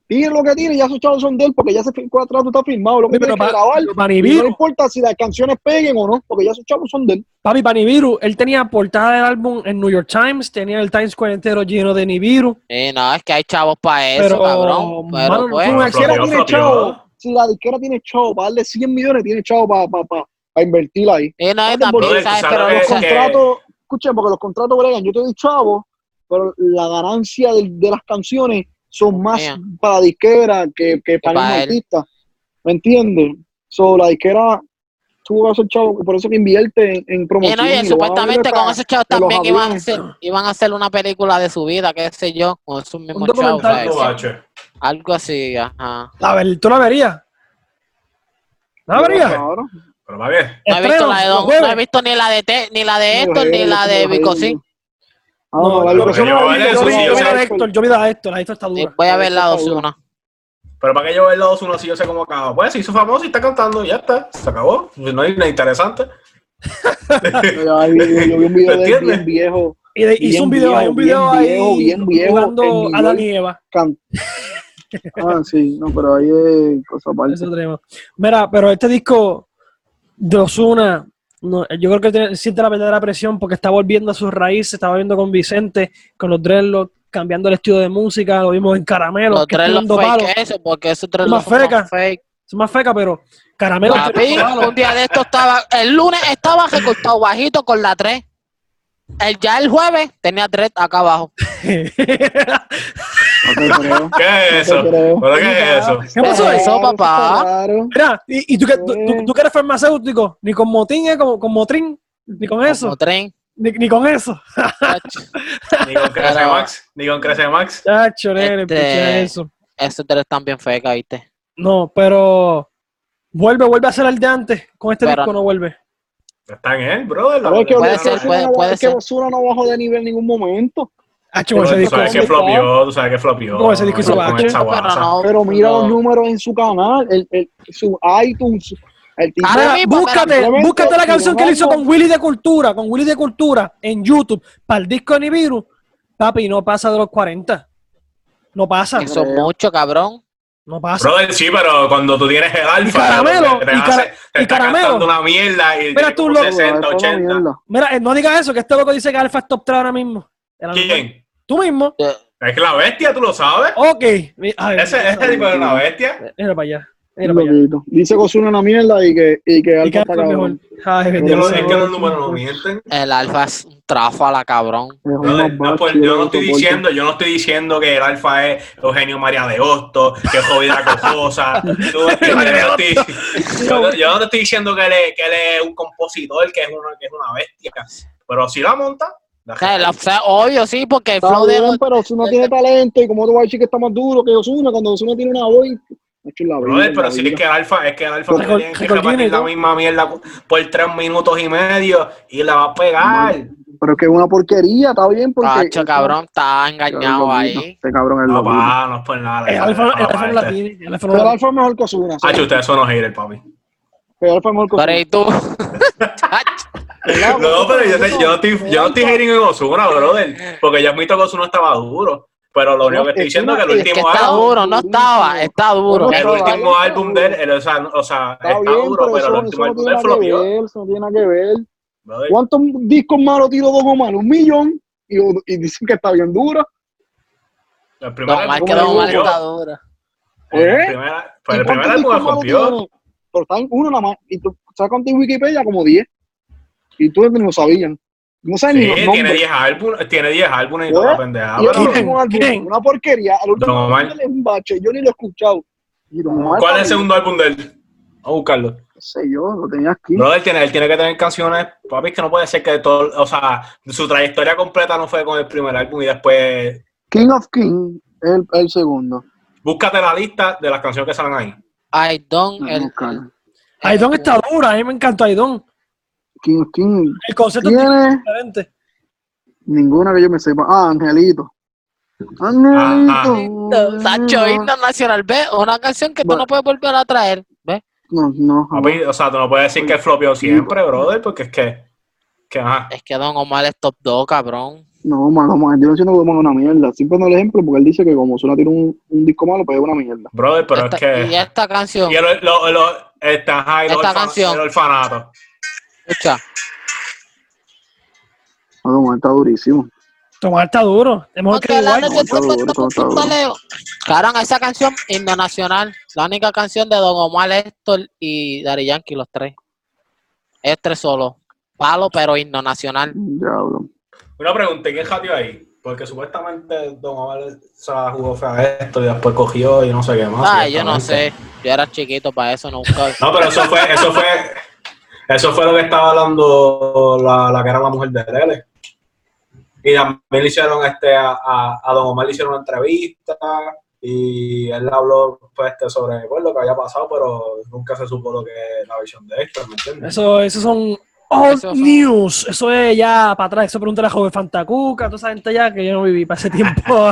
Speaker 2: Tire lo que tire, ya sus chavos son de él, porque ya ese contrato está firmado. Lo que
Speaker 1: Sí, pero
Speaker 2: tiene que
Speaker 1: pa-
Speaker 2: grabar.
Speaker 1: pero
Speaker 2: Y
Speaker 1: Paniviru-
Speaker 2: no importa si las canciones peguen o no, porque ya sus chavos son de él.
Speaker 1: Papi, para Nibiru, él tenía portada del álbum en New York Times, tenía el Times Square entero lleno de Nibiru.
Speaker 3: Eh, no, es que hay chavos para eso,
Speaker 1: Pero,
Speaker 3: cabrón. Pero
Speaker 1: mano,
Speaker 3: pues,
Speaker 1: tú
Speaker 2: Si la disquera
Speaker 4: floteó,
Speaker 2: tiene
Speaker 4: floteó.
Speaker 2: chavo, si la disquera tiene chavo para darle 100 millones, tiene chavo para invertir ahí.
Speaker 3: eh, no, eh,
Speaker 2: Brother,
Speaker 3: también,
Speaker 4: tú
Speaker 3: ¿sabes?
Speaker 4: sabes
Speaker 3: Pero los
Speaker 4: que-
Speaker 2: Los
Speaker 4: Ese-
Speaker 2: contratos, escuchen, porque los contratos bregan, yo te doy chavo, pero la ganancia de, de las canciones son más
Speaker 3: Mía.
Speaker 2: para la disquera que, que para
Speaker 3: para
Speaker 2: el
Speaker 3: él.
Speaker 2: artista. ¿Me entiendes? So, la disquera tuvo que hacer chavo, por eso que invierte en, en
Speaker 3: Eh,
Speaker 2: promoción.
Speaker 3: no,
Speaker 2: y lo van
Speaker 3: y
Speaker 2: a abrir
Speaker 3: supuestamente
Speaker 2: hasta-
Speaker 3: con esos chavos
Speaker 2: de los
Speaker 3: también iban a,
Speaker 2: aviones.
Speaker 3: hacer, iban a hacer una película de su vida, qué sé yo, con esos mismos chavos.
Speaker 1: documental.
Speaker 3: ¿sabes?
Speaker 4: Alto bache.
Speaker 3: Algo así, ajá.
Speaker 1: La ver, ¿Tú la verías? ¿La verías?
Speaker 2: Claro.
Speaker 4: Pero va bien.
Speaker 3: No he visto,
Speaker 1: Estreno,
Speaker 3: la de
Speaker 1: los
Speaker 3: Don-
Speaker 1: jueves.
Speaker 3: no he visto ni la de Te- ni la de Héctor, ni la de Vicosín.
Speaker 2: Ah, no,
Speaker 1: No,
Speaker 2: la
Speaker 1: no,
Speaker 2: Vicosín
Speaker 4: pero
Speaker 2: no la
Speaker 4: yo
Speaker 2: vi,
Speaker 4: eso
Speaker 1: Yo
Speaker 2: yo
Speaker 1: vi,
Speaker 4: sí,
Speaker 2: la
Speaker 1: yo
Speaker 4: o
Speaker 1: vi
Speaker 2: vi,
Speaker 4: sea,
Speaker 1: la de Héctor, yo vi la de Héctor, la de Héctor está
Speaker 3: Sí,
Speaker 1: dura.
Speaker 2: Eh,
Speaker 3: Voy a ver la
Speaker 2: Está dura.
Speaker 3: 2-1.
Speaker 4: Pero para que yo vea los 1 si yo sé cómo acaba. Pues se hizo famoso y está cantando, y ya está, se acabó. No hay nada interesante.
Speaker 2: Yo vi- yo vi un video de él
Speaker 4: ¿Entiendes?
Speaker 2: bien viejo
Speaker 1: Y de-
Speaker 2: Bien
Speaker 1: hizo un video, hay un
Speaker 2: viejo,
Speaker 1: video
Speaker 2: bien
Speaker 1: ahí
Speaker 2: viejo, bien viejo,
Speaker 1: jugando a
Speaker 2: en New
Speaker 1: Dani
Speaker 2: York.
Speaker 1: y Eva.
Speaker 2: can- Ah, sí, no, pero ahí es cosa aparte.
Speaker 1: Eso tenemos. Mira, pero este disco de Osuna, yo creo que tiene- siente la verdadera presión porque está volviendo a sus raíces, está volviendo con Vicente, con los dreadlocks, cambiando el estilo de música, lo vimos en Caramelo,
Speaker 3: Los
Speaker 1: que está
Speaker 3: tres los
Speaker 1: dando palos.
Speaker 3: fake, eso, porque esos tres
Speaker 1: Más
Speaker 3: los son
Speaker 1: feca.
Speaker 3: fake.
Speaker 1: Es más feca, pero Caramelo. está
Speaker 3: Papi,
Speaker 1: dando palos.
Speaker 3: un día de esto estaba, el lunes estaba recortado bajito con la 3. El, ya el jueves tenía 3 acá abajo.
Speaker 2: No te creo.
Speaker 4: ¿Qué es
Speaker 2: No
Speaker 4: eso?
Speaker 2: te creo.
Speaker 4: ¿Pero qué es eso?
Speaker 1: ¿Qué pasó ahí?
Speaker 3: Eso, papá.
Speaker 2: Claro.
Speaker 1: Mira, y, y tú, que, tú, tú- tú que eres farmacéutico, ni con motín, eh, con, con motrín, ni con
Speaker 3: Como
Speaker 1: eso,
Speaker 3: tren.
Speaker 1: ni, ni con eso.
Speaker 3: chacho.
Speaker 4: Ni con Crece
Speaker 3: Pero-
Speaker 4: Max, ni con Crece Max.
Speaker 1: Chacho, nene,
Speaker 3: Este-
Speaker 1: picha eso.
Speaker 3: Esos tres están bien fecas, ¿viste?
Speaker 1: No, pero vuelve, vuelve a ser el de antes. Con este
Speaker 3: Pero-
Speaker 1: disco no vuelve.
Speaker 4: Está en él, brother.
Speaker 2: Pero es que
Speaker 3: Puede
Speaker 2: Ozuna
Speaker 3: ser,
Speaker 2: no
Speaker 3: puede-
Speaker 2: bajó-
Speaker 3: puede
Speaker 2: es que
Speaker 3: ser.
Speaker 2: Ozuna no bajó de nivel en ningún momento.
Speaker 1: Hacho, con
Speaker 4: Ah, Pero
Speaker 1: ese
Speaker 4: Tú
Speaker 1: disco.
Speaker 4: sabes que
Speaker 2: ¿dónde
Speaker 4: flopió, tú sabes que flopió.
Speaker 1: No, ese disco hizo
Speaker 4: Con
Speaker 1: bache.
Speaker 4: esa
Speaker 3: Pero
Speaker 4: guasa.
Speaker 3: no,
Speaker 2: Pero mira
Speaker 3: no.
Speaker 2: los números en su canal, el, el, su iTunes. El tipo
Speaker 3: Ahora
Speaker 1: Ahora,
Speaker 3: mismo,
Speaker 1: búscate,
Speaker 2: espérame.
Speaker 1: búscate la
Speaker 2: Simplemente,
Speaker 1: canción que él hizo
Speaker 2: Ronaldo-
Speaker 1: con Willy de Cultura, con Willy de Cultura en YouTube, para el disco de Nibiru. Papi, no pasa de los 40. No pasa,
Speaker 3: Eso es
Speaker 2: creo.
Speaker 3: mucho, cabrón.
Speaker 1: no pasa.
Speaker 4: Brother, sí, pero cuando tú tienes el alfa,
Speaker 1: caramelo,
Speaker 4: te, te
Speaker 1: y cara-
Speaker 4: hace- te
Speaker 1: y
Speaker 4: está
Speaker 1: caramelo.
Speaker 4: cantando una mierda y
Speaker 1: Mira
Speaker 4: tienes
Speaker 1: tú,
Speaker 4: como
Speaker 1: loco,
Speaker 4: 60,
Speaker 2: Eso es una
Speaker 4: 80.
Speaker 2: mierda.
Speaker 1: Mira, eh, no digas eso, que este loco dice que Alfa es top 3 ahora mismo. Era lo mismo.
Speaker 4: ¿Quién?
Speaker 1: Tú mismo.
Speaker 4: Es que la bestia, tú lo sabes.
Speaker 1: Ok. Mi- ay,
Speaker 4: Ese, ese tipo era una bestia.
Speaker 1: Mira para allá. Mira para allá.
Speaker 2: Loquito. Dice que Ozuna es una mierda y que, y que
Speaker 1: Y que Alfa
Speaker 2: Alfa está
Speaker 1: es mejor.
Speaker 2: cabrón.
Speaker 1: Ay,
Speaker 4: Es que
Speaker 1: bendito
Speaker 4: los-
Speaker 1: sea
Speaker 4: es que
Speaker 1: Dios.
Speaker 4: los números no mienten.
Speaker 3: El alfa es un tráfala, cabrón.
Speaker 2: Es
Speaker 4: No,
Speaker 2: una
Speaker 4: no, pues,
Speaker 2: bache,
Speaker 4: yo no estoy
Speaker 2: loquito,
Speaker 4: diciendo, yo no estoy diciendo que el alfa es Eugenio María de Hosto, que es jodida cojosa. Tú, yo, no estoy- yo no- yo no te estoy diciendo que él, es, que él es un compositor, que es una, que es una bestia. Pero si la monta, la
Speaker 3: O sea, el- o sea, obvio, sí, porque el
Speaker 2: Está
Speaker 3: flow de
Speaker 2: bien,
Speaker 3: los-
Speaker 2: pero Ozuna tiene talento y como tú vas a decir que está más duro que Ozuna cuando Ozuna tiene una voz. macho, en la
Speaker 4: Brother,
Speaker 2: vida, en
Speaker 4: pero
Speaker 2: la
Speaker 4: si
Speaker 2: vida.
Speaker 4: es que el alfa, es que el alfa
Speaker 1: Recor-
Speaker 4: tiene que
Speaker 1: recordine,
Speaker 4: repetir la
Speaker 1: ¿no?
Speaker 4: misma mierda cu- por tres minutos y medio y la va a pegar.
Speaker 1: pues,
Speaker 2: Pero es que es una porquería, está bien porque...
Speaker 3: Tacho, cabrón, está engañado ahí.
Speaker 2: Este cabrón es
Speaker 4: No,
Speaker 2: loquito.
Speaker 4: va, no es por nada.
Speaker 1: El Alfa el
Speaker 4: Papá,
Speaker 1: Alfa Eh, no la
Speaker 4: este-
Speaker 1: tiene. El Alfa no
Speaker 2: Pero
Speaker 1: la
Speaker 2: Alfa es mejor que Ozuna.
Speaker 4: Hacho, ustedes son los haters, papi.
Speaker 2: Pero Alfa es mejor que
Speaker 3: Pero
Speaker 2: Ozuna.
Speaker 3: y tú. Chacho.
Speaker 4: No, pero yo, te- yo no estoy, yo no estoy hating en Osuna, brother. Porque yo admito que Osuna estaba duro. Pero lo único que estoy diciendo es que el
Speaker 2: Es que
Speaker 3: Es que
Speaker 4: último
Speaker 3: está
Speaker 4: álbum,
Speaker 3: duro, no estaba, está duro.
Speaker 4: el
Speaker 2: está
Speaker 4: último
Speaker 2: duro.
Speaker 4: álbum de él, el- o sea, o sea, está,
Speaker 2: Está bien,
Speaker 4: duro, pero
Speaker 2: pero
Speaker 4: el
Speaker 2: eso,
Speaker 4: último
Speaker 2: eso no tiene
Speaker 4: álbum de él
Speaker 2: nada que
Speaker 4: flopió.
Speaker 2: ver, eso no tiene nada que ver.
Speaker 4: brother.
Speaker 2: ¿Cuántos discos malos tiró Don Omar? Un millón. Y, y dicen que está bien dura.
Speaker 4: El primer
Speaker 3: Don Omar
Speaker 4: álbum
Speaker 3: que
Speaker 4: de
Speaker 3: Don Omar
Speaker 4: él
Speaker 3: está
Speaker 4: rompió.
Speaker 3: duro.
Speaker 2: ¿Eh?
Speaker 4: El primer- Pero
Speaker 2: ¿Y
Speaker 4: el primer
Speaker 2: cuántos
Speaker 4: álbum
Speaker 2: discos
Speaker 4: la
Speaker 2: malos
Speaker 4: rompió.
Speaker 2: tiene? Pero está en uno nada más. Y tú sacas en Wikipedia como 10. Y tú no lo sabías. No sabes ni
Speaker 4: Sí,
Speaker 2: los
Speaker 4: tiene
Speaker 2: nombres.
Speaker 4: 10 álbumes, tiene 10 álbumes y
Speaker 2: ¿Eh?
Speaker 4: toda la pendejada.
Speaker 2: Y el
Speaker 4: pero-
Speaker 1: ¿Quién?
Speaker 2: último álbum,
Speaker 1: ¿Quién?
Speaker 2: una porquería. El último
Speaker 4: Don
Speaker 2: álbum
Speaker 4: Omar.
Speaker 2: es un bache. Yo ni lo he escuchado. Y Don Omar
Speaker 4: ¿Cuál es el
Speaker 2: está bien.
Speaker 4: segundo álbum de él? Vamos a buscarlo.
Speaker 2: No sé yo, lo tenía aquí.
Speaker 4: No, él tiene, él tiene que tener canciones, papi, que no puede ser que todo, o sea, su trayectoria completa no fue con el primer álbum y después
Speaker 2: King of King es el, el segundo.
Speaker 4: búscate la lista de las canciones que salen ahí.
Speaker 3: Ay, Don,
Speaker 2: Vamos a
Speaker 3: el.
Speaker 2: buscar.
Speaker 1: Aidón está dura, a mí me encantó Aidón.
Speaker 2: King of King
Speaker 1: El concepto es
Speaker 2: tiene
Speaker 1: diferente.
Speaker 2: ninguna que yo me sepa. Ah, Angelito.
Speaker 3: ah.
Speaker 2: Angelito.
Speaker 3: Sancho Internacional, ve, una canción que tú
Speaker 2: Bueno.
Speaker 3: no puedes volver a traer. ¿Ve?
Speaker 2: No, no. jamás.
Speaker 4: Papi, o sea, tú no puedes decir que flopió siempre, brother, porque es que, que ajá.
Speaker 3: Es que Don Omar es top 2, cabrón.
Speaker 2: No, mano, man, yo no siento que Ozuna es una mierda. Siempre no el ejemplo porque él dice que como Ozuna tiene un, un disco malo, pues es una mierda.
Speaker 4: Brother, pero
Speaker 3: Esta-
Speaker 4: es que.
Speaker 3: Y esta canción,
Speaker 4: Y el, lo, lo- esta, ajá, y los
Speaker 3: Esta
Speaker 4: orfan-
Speaker 3: canción.
Speaker 4: el orfanato.
Speaker 3: escucha.
Speaker 2: No, man, está durísimo.
Speaker 1: Tomar está duro. Es mejor que
Speaker 3: Porque la
Speaker 1: Uruguay.
Speaker 2: noche-
Speaker 3: noche
Speaker 2: está duro,
Speaker 3: fue
Speaker 2: está
Speaker 3: puta
Speaker 2: duro.
Speaker 3: Leo. Cabrón, esa canción, himno nacional, la única canción de Don Omar Héctor y Dari Yankee, los tres. Es tres solo. Palo, pero himno nacional.
Speaker 2: Diablo.
Speaker 4: Una pregunta, ¿y ¿quién jateó ahí? Porque supuestamente Don Omar se la jugó fea a esto y después cogió y no sé qué más.
Speaker 3: Ay, Ah, yo no
Speaker 4: supuestamente.
Speaker 3: sé. Yo era chiquito para eso, nunca.
Speaker 4: No, pero eso fue, eso fue, eso fue lo que estaba hablando la, la que era la mujer de Lele. Y también le hicieron este a, a, a Don Omar le hicieron una entrevista y él habló pues, este, sobre pues, lo que había pasado, pero nunca se supo lo que la visión de Héctor, ¿me entiendes?
Speaker 1: Eso, eso son old
Speaker 3: Eso son-
Speaker 1: news. Eso es ya para atrás. Eso pregunta la joven Fantacuca, toda esa gente ya que yo no viví para ese tiempo.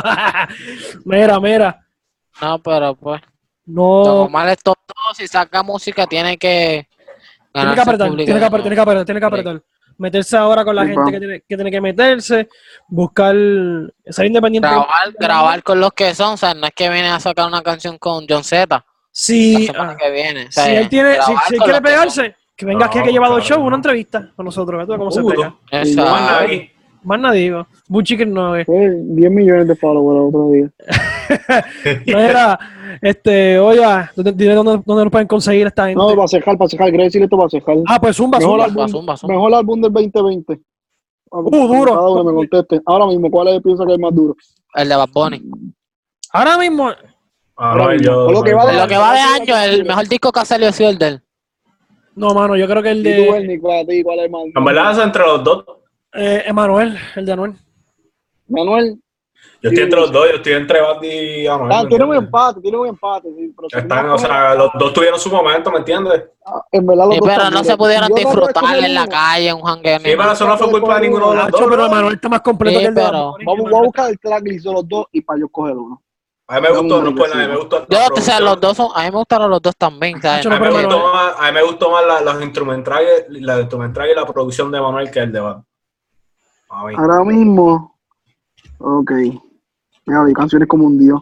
Speaker 1: mira, mira.
Speaker 3: No, pero pues. Don
Speaker 1: No.
Speaker 3: Omar Héctor, no, si saca música, tiene que.
Speaker 1: Tiene que
Speaker 3: ganarse el
Speaker 1: apretar,
Speaker 3: público
Speaker 1: tiene que
Speaker 3: de
Speaker 1: apretar, tiene que apretar, tiene que apretar. Meterse ahora con la
Speaker 2: Sí,
Speaker 1: gente
Speaker 2: vamos.
Speaker 1: que tiene, que tiene que meterse, buscar, ser independiente.
Speaker 3: Grabar, grabar con los que son, o sea, no es que viene a sacar una canción con John Z la
Speaker 1: Si,
Speaker 3: semana
Speaker 1: ah,
Speaker 3: que viene. o sea,
Speaker 1: si él, tiene, si,
Speaker 3: grabar
Speaker 1: si él
Speaker 3: con
Speaker 1: quiere
Speaker 3: los que son.
Speaker 1: pegarse, que venga aquí a que
Speaker 4: No,
Speaker 1: lleva dos
Speaker 4: cabrón.
Speaker 1: shows, una entrevista con nosotros. ¿verdad? ¿Cómo se
Speaker 4: Uh,
Speaker 1: pega?
Speaker 3: Exacto.
Speaker 4: Don Omar ahí.
Speaker 1: Más nadie, digo. Buchi que no eh. es.
Speaker 2: Fue 10 millones de followers el otro día.
Speaker 1: Mira, este, oye, ¿dónde, dile dónde, dónde nos pueden conseguir esta gente.
Speaker 2: No, va a cejar, va a cejar. Quería decir esto, va a cejar.
Speaker 1: ah, pues zumba,
Speaker 2: Mejor
Speaker 1: zumba.
Speaker 3: Zumba, zumba, zumba.
Speaker 2: Mejor álbum del 2020. Uh,
Speaker 1: duro.
Speaker 2: Cada uno me conteste. Ahora mismo, ¿cuál es, piensa que es el más duro?
Speaker 3: El de Bad Bunny.
Speaker 1: Ahora mismo,
Speaker 4: Ah, no, yo-
Speaker 2: Lo que va de-
Speaker 3: Lo que va de año, el mejor disco que ha salido ha sido el del.
Speaker 1: no, mano, yo creo que el
Speaker 2: ¿Y tú,
Speaker 1: de
Speaker 2: Bernie, para ti, cuál es el más
Speaker 4: En
Speaker 2: duro?
Speaker 4: verdad es entre los dos.
Speaker 1: eh, Emanuel, el de Anuel.
Speaker 2: Manuel.
Speaker 4: Yo estoy entre los dos, yo estoy entre Bad y Anuel.
Speaker 2: Ah,
Speaker 4: ¿me
Speaker 2: tiene un
Speaker 4: entiendes?
Speaker 2: empate, tiene un empate. Sí, pero si
Speaker 4: Están,
Speaker 2: no-
Speaker 4: o sea, los dos tuvieron su momento, ¿me entiendes?
Speaker 2: Ah, en verdad, los
Speaker 3: Sí,
Speaker 2: dos
Speaker 3: Eh, pero
Speaker 2: están
Speaker 3: no se
Speaker 2: duros.
Speaker 3: pudieron
Speaker 2: Yo no puedo
Speaker 3: disfrutar
Speaker 2: escoger
Speaker 3: en la
Speaker 2: uno.
Speaker 3: calle, un jangueo.
Speaker 4: Sí, pero
Speaker 3: ni-
Speaker 4: eso no fue culpa de ninguno de los
Speaker 1: Nacho,
Speaker 4: dos.
Speaker 1: Ah, pero Emanuel está más completo
Speaker 3: Sí,
Speaker 1: que el de
Speaker 3: pero-
Speaker 1: Bad Bunny,
Speaker 2: Vamos, voy a
Speaker 1: Emanuel.
Speaker 2: buscar el tracklist de los dos y para yo coger uno.
Speaker 4: A mí me gustó, no fue nada, a mí me gustó.
Speaker 3: Yo,
Speaker 4: la
Speaker 3: o sea,
Speaker 4: producción.
Speaker 3: los dos son, a mí me gustaron los dos también, ¿sabes?
Speaker 1: Nacho,
Speaker 4: A mí, me
Speaker 1: Pero
Speaker 4: gustó
Speaker 1: Manuel-
Speaker 4: más, a mí me gustó más la, los instrumentales, la instrumental y la producción de Manuel que el de Bad. A mí.
Speaker 2: Ahora mismo. Ok. Mira, hay canciones como un dios.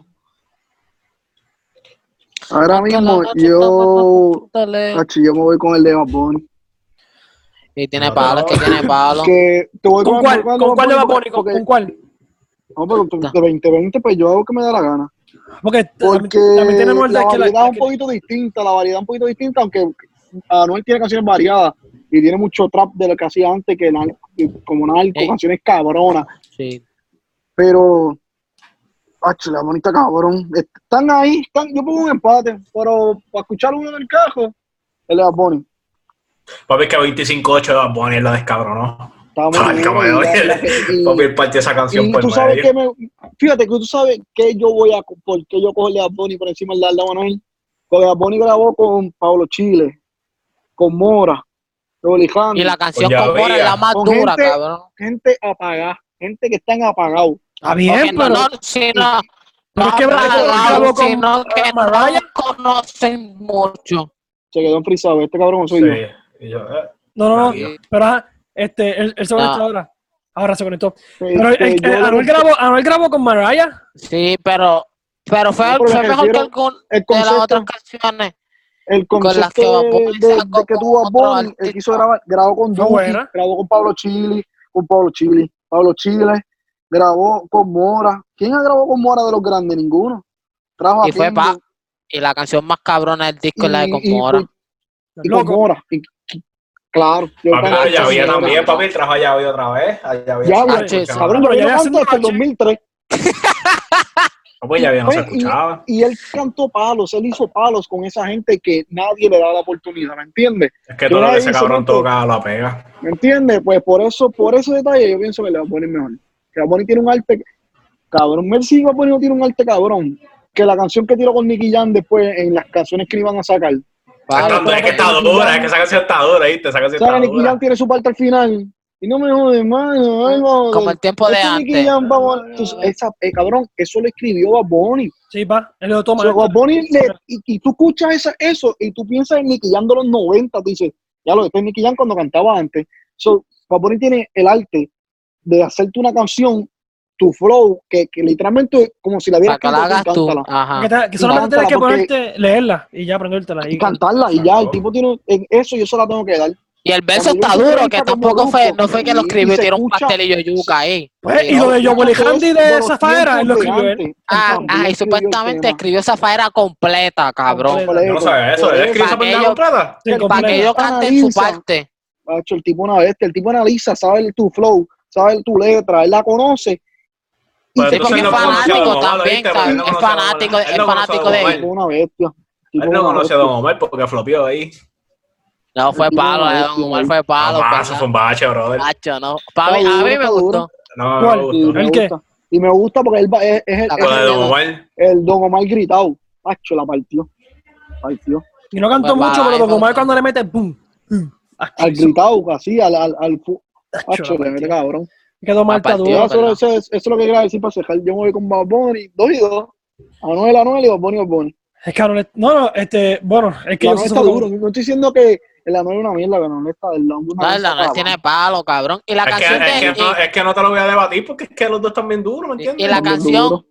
Speaker 2: Ahora
Speaker 3: Porque la
Speaker 2: mismo
Speaker 3: noche está
Speaker 2: yo.
Speaker 3: Dale.
Speaker 2: Cachi, yo me voy con el de Bad Bunny.
Speaker 3: Y tiene
Speaker 4: No,
Speaker 3: palo,
Speaker 4: no.
Speaker 3: es que tiene palo.
Speaker 2: Que te voy
Speaker 1: ¿Con cuál? ¿Con cuál le va a poner? ¿Con,
Speaker 2: Porque,
Speaker 1: con cuál?
Speaker 2: no, pero tú- de 2020, pues yo hago que me da la gana.
Speaker 1: Porque,
Speaker 2: Porque
Speaker 1: también, también tenemos el de
Speaker 2: la
Speaker 1: que la-
Speaker 2: variedad es un poquito distinta, la variedad un poquito distinta, aunque Anuel tiene canciones variadas y tiene mucho trap de lo que hacía antes, que nar- que como narco,
Speaker 1: Eh.
Speaker 3: Ey.
Speaker 2: canciones cabronas.
Speaker 3: Sí.
Speaker 2: pero acho, la monita cabrón están ahí están yo pongo un empate pero para escuchar uno del cajo él le va a poner
Speaker 4: Papi, es que 25-8 de Bad Bunny es la descabronó.
Speaker 2: Estamos
Speaker 4: Ay, cómo me duele.
Speaker 2: y,
Speaker 4: Papi, él partió esa canción
Speaker 2: y
Speaker 4: por
Speaker 2: tú sabes
Speaker 4: medio.
Speaker 2: que me fíjate que tú sabes que yo voy a por qué yo cojo el de Bad Bunny por encima del de Alda Manuel porque Bad Bunny grabó con Pablo Chile con Mora con Alejandro
Speaker 3: Y la canción
Speaker 4: Pues ya
Speaker 3: con Bora es la
Speaker 4: veía.
Speaker 3: más
Speaker 2: Con
Speaker 3: dura,
Speaker 2: gente-
Speaker 3: cabrón.
Speaker 2: gente apagada gente que están apagados
Speaker 1: Está
Speaker 3: Porque
Speaker 1: Ah, bien,
Speaker 3: no,
Speaker 1: pero...
Speaker 3: no, si no,
Speaker 1: pero es que
Speaker 3: no,
Speaker 1: Brian
Speaker 3: apagado,
Speaker 1: grabó con,
Speaker 3: sino que
Speaker 1: uh, Mariah.
Speaker 3: no conocen mucho.
Speaker 2: se quedó en frisado este cabrón soy yo
Speaker 4: Sí, y yo, eh,
Speaker 1: No, no, no.
Speaker 4: Adiós.
Speaker 1: Pero ajá, este, él, él se
Speaker 3: No.
Speaker 1: conectó ahora. Ahora se conectó. Pero
Speaker 2: Ah. Este,
Speaker 1: eh, eh,
Speaker 2: yo lo-
Speaker 1: Anuel, grabó, Anuel grabó con Mariah.
Speaker 3: Sí, pero, pero fue,
Speaker 2: No, pero me
Speaker 3: fue mejor que
Speaker 2: refiero
Speaker 3: algún
Speaker 2: el
Speaker 3: de las
Speaker 2: concepto-
Speaker 3: otras canciones.
Speaker 2: el
Speaker 3: Con las
Speaker 2: concepto
Speaker 3: que Bad
Speaker 2: de,
Speaker 3: Bunny
Speaker 2: de-
Speaker 3: sacó
Speaker 2: de que
Speaker 3: con
Speaker 2: tuvo a
Speaker 3: otro
Speaker 2: Bonnie, él
Speaker 3: artista.
Speaker 2: quiso grabar, grabó con
Speaker 1: Fue
Speaker 2: Duki,
Speaker 1: buena.
Speaker 2: grabó con Pablo Chile, con Pablo Chile, Pablo Chile, grabó con Mora. ¿Quién ha grabado con Mora de los grandes? Ninguno. Trajo a
Speaker 3: Y fue
Speaker 2: Kimbo
Speaker 3: pa- Y la canción más cabrona del disco es la de
Speaker 2: y-
Speaker 3: Comora.
Speaker 2: Y, y con
Speaker 1: Loco.
Speaker 2: Mora. Y- y- claro. yo creo
Speaker 4: Papi, pero
Speaker 2: que-
Speaker 4: ya había
Speaker 3: sí,
Speaker 4: también,
Speaker 3: cabrón.
Speaker 4: papi, él trajo a Yavi otra vez. A Yavi
Speaker 2: Ya,
Speaker 4: no se
Speaker 2: güey,
Speaker 3: sí,
Speaker 4: escuchaba.
Speaker 2: Cabrón, pero
Speaker 1: Pero ya
Speaker 2: yo
Speaker 1: había
Speaker 2: canto
Speaker 1: sido
Speaker 2: hasta el
Speaker 1: noche.
Speaker 2: 2003
Speaker 4: Papi, Yavi no se
Speaker 2: Oye, pues, y-
Speaker 4: escuchaba.
Speaker 2: y él cantó palos, él hizo palos con esa gente que nadie le da la oportunidad, ¿me entiendes?
Speaker 4: Es que
Speaker 2: yo
Speaker 4: todo lo
Speaker 2: la
Speaker 4: que ese
Speaker 2: hice,
Speaker 4: cabrón
Speaker 2: mato.
Speaker 4: toca la pega.
Speaker 2: ¿Me entiendes? Pues por eso, por ese detalle yo pienso que le va a poner mejor. Que va a poner tiene un arte que- cabrón. Messi va a poner tiene un arte cabrón. Que la canción que tiró con Nicky Jam después en las canciones que le iban a sacar.
Speaker 3: Pablo,
Speaker 4: Tanto, es que está
Speaker 2: pero-
Speaker 4: dura, es que esa canción está dura, ¿viste? Esa canción
Speaker 2: ¿Sabes?
Speaker 4: está
Speaker 2: Nicky
Speaker 4: dura.
Speaker 2: Jam tiene su parte al final. Y no me jodes, mano. ay, vamos,
Speaker 3: Como el tiempo de
Speaker 2: este Nicky
Speaker 3: antes. Ah.
Speaker 2: Jam, vamos, entonces, esa, eh, cabrón, eso le escribió a Bonnie.
Speaker 1: Sí, pa. Él lo toma.
Speaker 2: Bad Bunny le- y, y tú escuchas esa- eso y tú piensas en Nicky Jam de los 90, tú dices, ya lo este es Nicky Jam cuando cantaba antes. So, Bad Bunny tiene el arte de hacerte una canción tu flow, que, que literalmente como si la
Speaker 3: Para
Speaker 2: vieras
Speaker 3: que la hagas
Speaker 2: cantar,
Speaker 3: tú.
Speaker 2: cántala.
Speaker 1: Que,
Speaker 3: Ajá.
Speaker 1: te- que solamente
Speaker 2: cántala
Speaker 1: tienes que
Speaker 2: Ah, porque-
Speaker 1: ponerte, leerla y ya aprendértela. Y,
Speaker 2: Y cantarla, y ya, el
Speaker 4: Exacto.
Speaker 2: tipo tiene en eso yo se la tengo que dar.
Speaker 3: Y el verso
Speaker 2: Cuando yo
Speaker 3: está
Speaker 2: hice
Speaker 3: duro,
Speaker 2: Treinta
Speaker 3: que
Speaker 2: con
Speaker 3: tampoco
Speaker 2: Molusco,
Speaker 3: fue, no fue que lo
Speaker 2: y
Speaker 3: escribió,
Speaker 2: se
Speaker 3: tiene un
Speaker 2: escucha-
Speaker 3: pastel y yo yuca ahí.
Speaker 1: Pues, y lo de John Willy Handy de Zafaera es lo que yo él.
Speaker 3: Ah, ah, y supuestamente escribió esa faera completa, cabrón.
Speaker 1: Completa.
Speaker 4: Yo no sabía eso. ¿Él escribió esa
Speaker 3: Para
Speaker 4: pendeja
Speaker 3: ellos-
Speaker 4: completa?
Speaker 1: Sí,
Speaker 3: Para que
Speaker 1: completa.
Speaker 3: ellos canten su
Speaker 2: Analiza.
Speaker 3: parte.
Speaker 2: Macho, el tipo una bestia, el tipo analiza, sabe el- tu flow, sabe tu letra, él la conoce.
Speaker 4: Pero
Speaker 3: Sí,
Speaker 4: Pues entonces
Speaker 3: porque es
Speaker 4: no conoce a Don
Speaker 3: fanático
Speaker 4: Omar,
Speaker 3: también,
Speaker 4: ¿oíste? Porque él no
Speaker 3: ¿sabes? es
Speaker 4: conoce a Don Omar.
Speaker 3: fanático,
Speaker 4: Él
Speaker 3: es
Speaker 4: no conoce a
Speaker 3: fanático
Speaker 4: Don
Speaker 3: de
Speaker 4: Omar.
Speaker 2: El tipo una bestia. el tipo
Speaker 4: Él no
Speaker 2: una
Speaker 4: conoce
Speaker 2: bestia.
Speaker 4: a Don Omar porque flopió ahí.
Speaker 3: No, fue
Speaker 2: Él tiene
Speaker 3: palo,
Speaker 2: una
Speaker 3: eh,
Speaker 2: bestia,
Speaker 3: Don Omar
Speaker 2: ahí.
Speaker 3: fue palo.
Speaker 4: Ah,
Speaker 3: ¿verdad?
Speaker 4: eso fue un bache, brother.
Speaker 3: Macho, no. Pa' mí-
Speaker 2: Está
Speaker 3: a mí
Speaker 2: duro,
Speaker 3: me
Speaker 2: está
Speaker 3: gustó.
Speaker 2: duro.
Speaker 4: No,
Speaker 1: ¿Cuál?
Speaker 4: no
Speaker 2: Y
Speaker 4: me
Speaker 2: me
Speaker 4: gustó.
Speaker 1: ¿El qué?
Speaker 2: gusta. Y me gusta porque él va- es, es el,
Speaker 3: La
Speaker 2: es
Speaker 4: Con el de Don
Speaker 3: no.
Speaker 4: Omar.
Speaker 2: el Don Omar gritado. Macho, la partió. Partió.
Speaker 1: y no cantó
Speaker 3: Pues,
Speaker 1: mucho,
Speaker 3: bye,
Speaker 1: pero como
Speaker 3: bye.
Speaker 1: es cuando le mete ¡pum! ¡pum!
Speaker 2: Al gritado, así, al. al, al fu-
Speaker 1: Acho,
Speaker 2: Acho,
Speaker 1: la
Speaker 2: le mete cabrón.
Speaker 1: Quedó mal
Speaker 3: Aparte-
Speaker 1: tatuado.
Speaker 2: Yo,
Speaker 3: Dios,
Speaker 2: eso, eso,
Speaker 3: ¿verdad?
Speaker 2: eso es lo que quería decir para cerrar. Yo me voy con Bad Bunny, dos y dos. Anuel, Anuel y Bad Bunny, Bad Bunny.
Speaker 1: Es que Anuel- no, no, este, bueno, es que yo
Speaker 2: El Anuel
Speaker 1: sí
Speaker 2: está
Speaker 1: soy-
Speaker 2: duro. No estoy diciendo que el Anuel es una mierda, que el Anuel está del lado.
Speaker 3: No, el Anuel tiene palo, cabrón. Y la
Speaker 4: Es que,
Speaker 3: canción
Speaker 4: es que no,
Speaker 3: de.
Speaker 4: es que no te lo voy a debatir porque es que los dos están bien duros, ¿me
Speaker 3: y-
Speaker 4: entiendes?
Speaker 3: Y la
Speaker 2: Duro,
Speaker 3: canción.
Speaker 2: duro.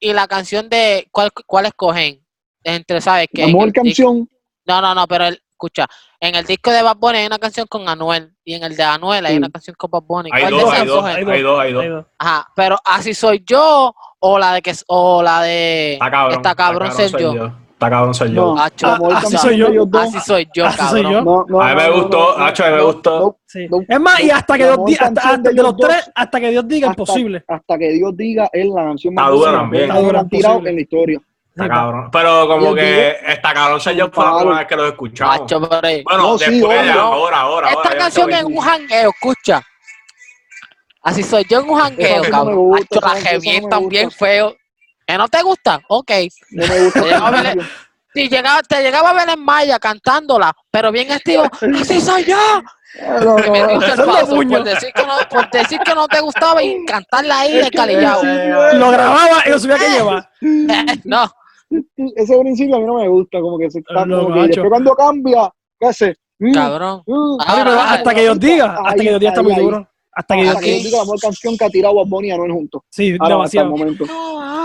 Speaker 3: Y la canción de. ¿Cuál, cuál escogen? Entre, ¿sabes qué?
Speaker 2: La mejor canción,
Speaker 3: No, no, no, pero el- escucha. En el disco de Bad Bunny hay una canción con Anuel. Y en el de Anuel hay
Speaker 2: Sí.
Speaker 3: una canción con Bad Bunny.
Speaker 4: Hay
Speaker 3: ¿Cuál
Speaker 4: dos,
Speaker 3: de
Speaker 4: hay
Speaker 3: esas
Speaker 4: dos,
Speaker 3: escogen?
Speaker 4: hay dos, hay dos.
Speaker 1: Ahí va.
Speaker 3: Ajá, pero así soy yo. O la de que o la de
Speaker 4: Está cabrón.
Speaker 3: está cabrón ser yo.
Speaker 4: Está cabrón ser yo.
Speaker 2: No,
Speaker 3: Acho,
Speaker 2: la mejor
Speaker 1: así
Speaker 2: canción
Speaker 1: soy
Speaker 2: de
Speaker 1: yo.
Speaker 2: ellos dos.
Speaker 3: Ah, Así soy yo,
Speaker 1: Así soy
Speaker 3: cabrón.
Speaker 1: yo.
Speaker 2: No, no,
Speaker 4: A mí me
Speaker 2: no, no,
Speaker 4: gustó,
Speaker 2: no, no,
Speaker 4: Acho, a mí me
Speaker 2: no,
Speaker 4: gustó.
Speaker 2: no,
Speaker 1: Sí.
Speaker 2: No,
Speaker 1: Es más, y hasta que
Speaker 2: la
Speaker 1: Dios
Speaker 2: mejor
Speaker 1: diga, hasta-
Speaker 2: canción
Speaker 1: hasta
Speaker 2: de
Speaker 1: de los
Speaker 2: ellos dos.
Speaker 1: tres, hasta que Dios diga
Speaker 2: hasta-
Speaker 1: imposible.
Speaker 2: Hasta que Dios diga, es la canción más
Speaker 4: Está dura
Speaker 2: dura
Speaker 4: también.
Speaker 1: Está dura,
Speaker 2: han tirado
Speaker 1: imposible.
Speaker 2: en la historia.
Speaker 4: Está cabrón. Pero
Speaker 2: Y
Speaker 4: como
Speaker 2: el
Speaker 4: que está cabrón ser yo fue la
Speaker 2: Palo.
Speaker 4: primera vez que lo escuchamos.
Speaker 3: Acho, pero, eh,
Speaker 4: Bueno,
Speaker 2: No, sí,
Speaker 4: después de
Speaker 2: obvio.
Speaker 4: ahora, ahora, ahora.
Speaker 3: Esta
Speaker 4: yo
Speaker 3: canción
Speaker 4: estoy-
Speaker 3: es un jangueo, escucha. Así soy yo en un jangueo,
Speaker 2: no me
Speaker 3: cabrón.
Speaker 2: gusta,
Speaker 3: Acho,
Speaker 2: esa
Speaker 3: la
Speaker 2: canción no me
Speaker 3: revientan
Speaker 2: gusta.
Speaker 3: bien feo. ¿Que no te gusta? Ok.
Speaker 2: No me gusta.
Speaker 3: Llegaba a
Speaker 2: esa
Speaker 3: ver-
Speaker 2: canción.
Speaker 3: Si llegaba, te llegaba a ver en Maya cantándola, pero bien activo, así soy yo.
Speaker 2: Ah, no,
Speaker 3: Me
Speaker 2: no, no.
Speaker 3: diste el
Speaker 1: Haciendo
Speaker 3: paso
Speaker 1: puño.
Speaker 3: por decir, que no, por decir que no te gustaba y cantarla ahí de calillado.
Speaker 1: Lo grababa y lo subía que lleva.
Speaker 3: No,
Speaker 2: Ese principio a mí no me gusta, como que se está
Speaker 1: Lo
Speaker 2: como que
Speaker 1: gacho.
Speaker 2: después cuando cambia, ¿qué hace? Mm,
Speaker 3: cabrón.
Speaker 2: mm,
Speaker 3: Ahora,
Speaker 2: pero
Speaker 3: ahora,
Speaker 1: Hasta que Dios diga, hasta que Dios diga está muy
Speaker 2: ahí,
Speaker 1: duro. Hasta que
Speaker 2: ahí.
Speaker 1: Dios
Speaker 2: Hasta que Dios
Speaker 1: diga.
Speaker 2: diga la mejor canción que ha tirado a Bonnie y Anuel juntos.
Speaker 1: Sí,
Speaker 2: Ahora, hasta el
Speaker 1: demasiado.
Speaker 2: momento.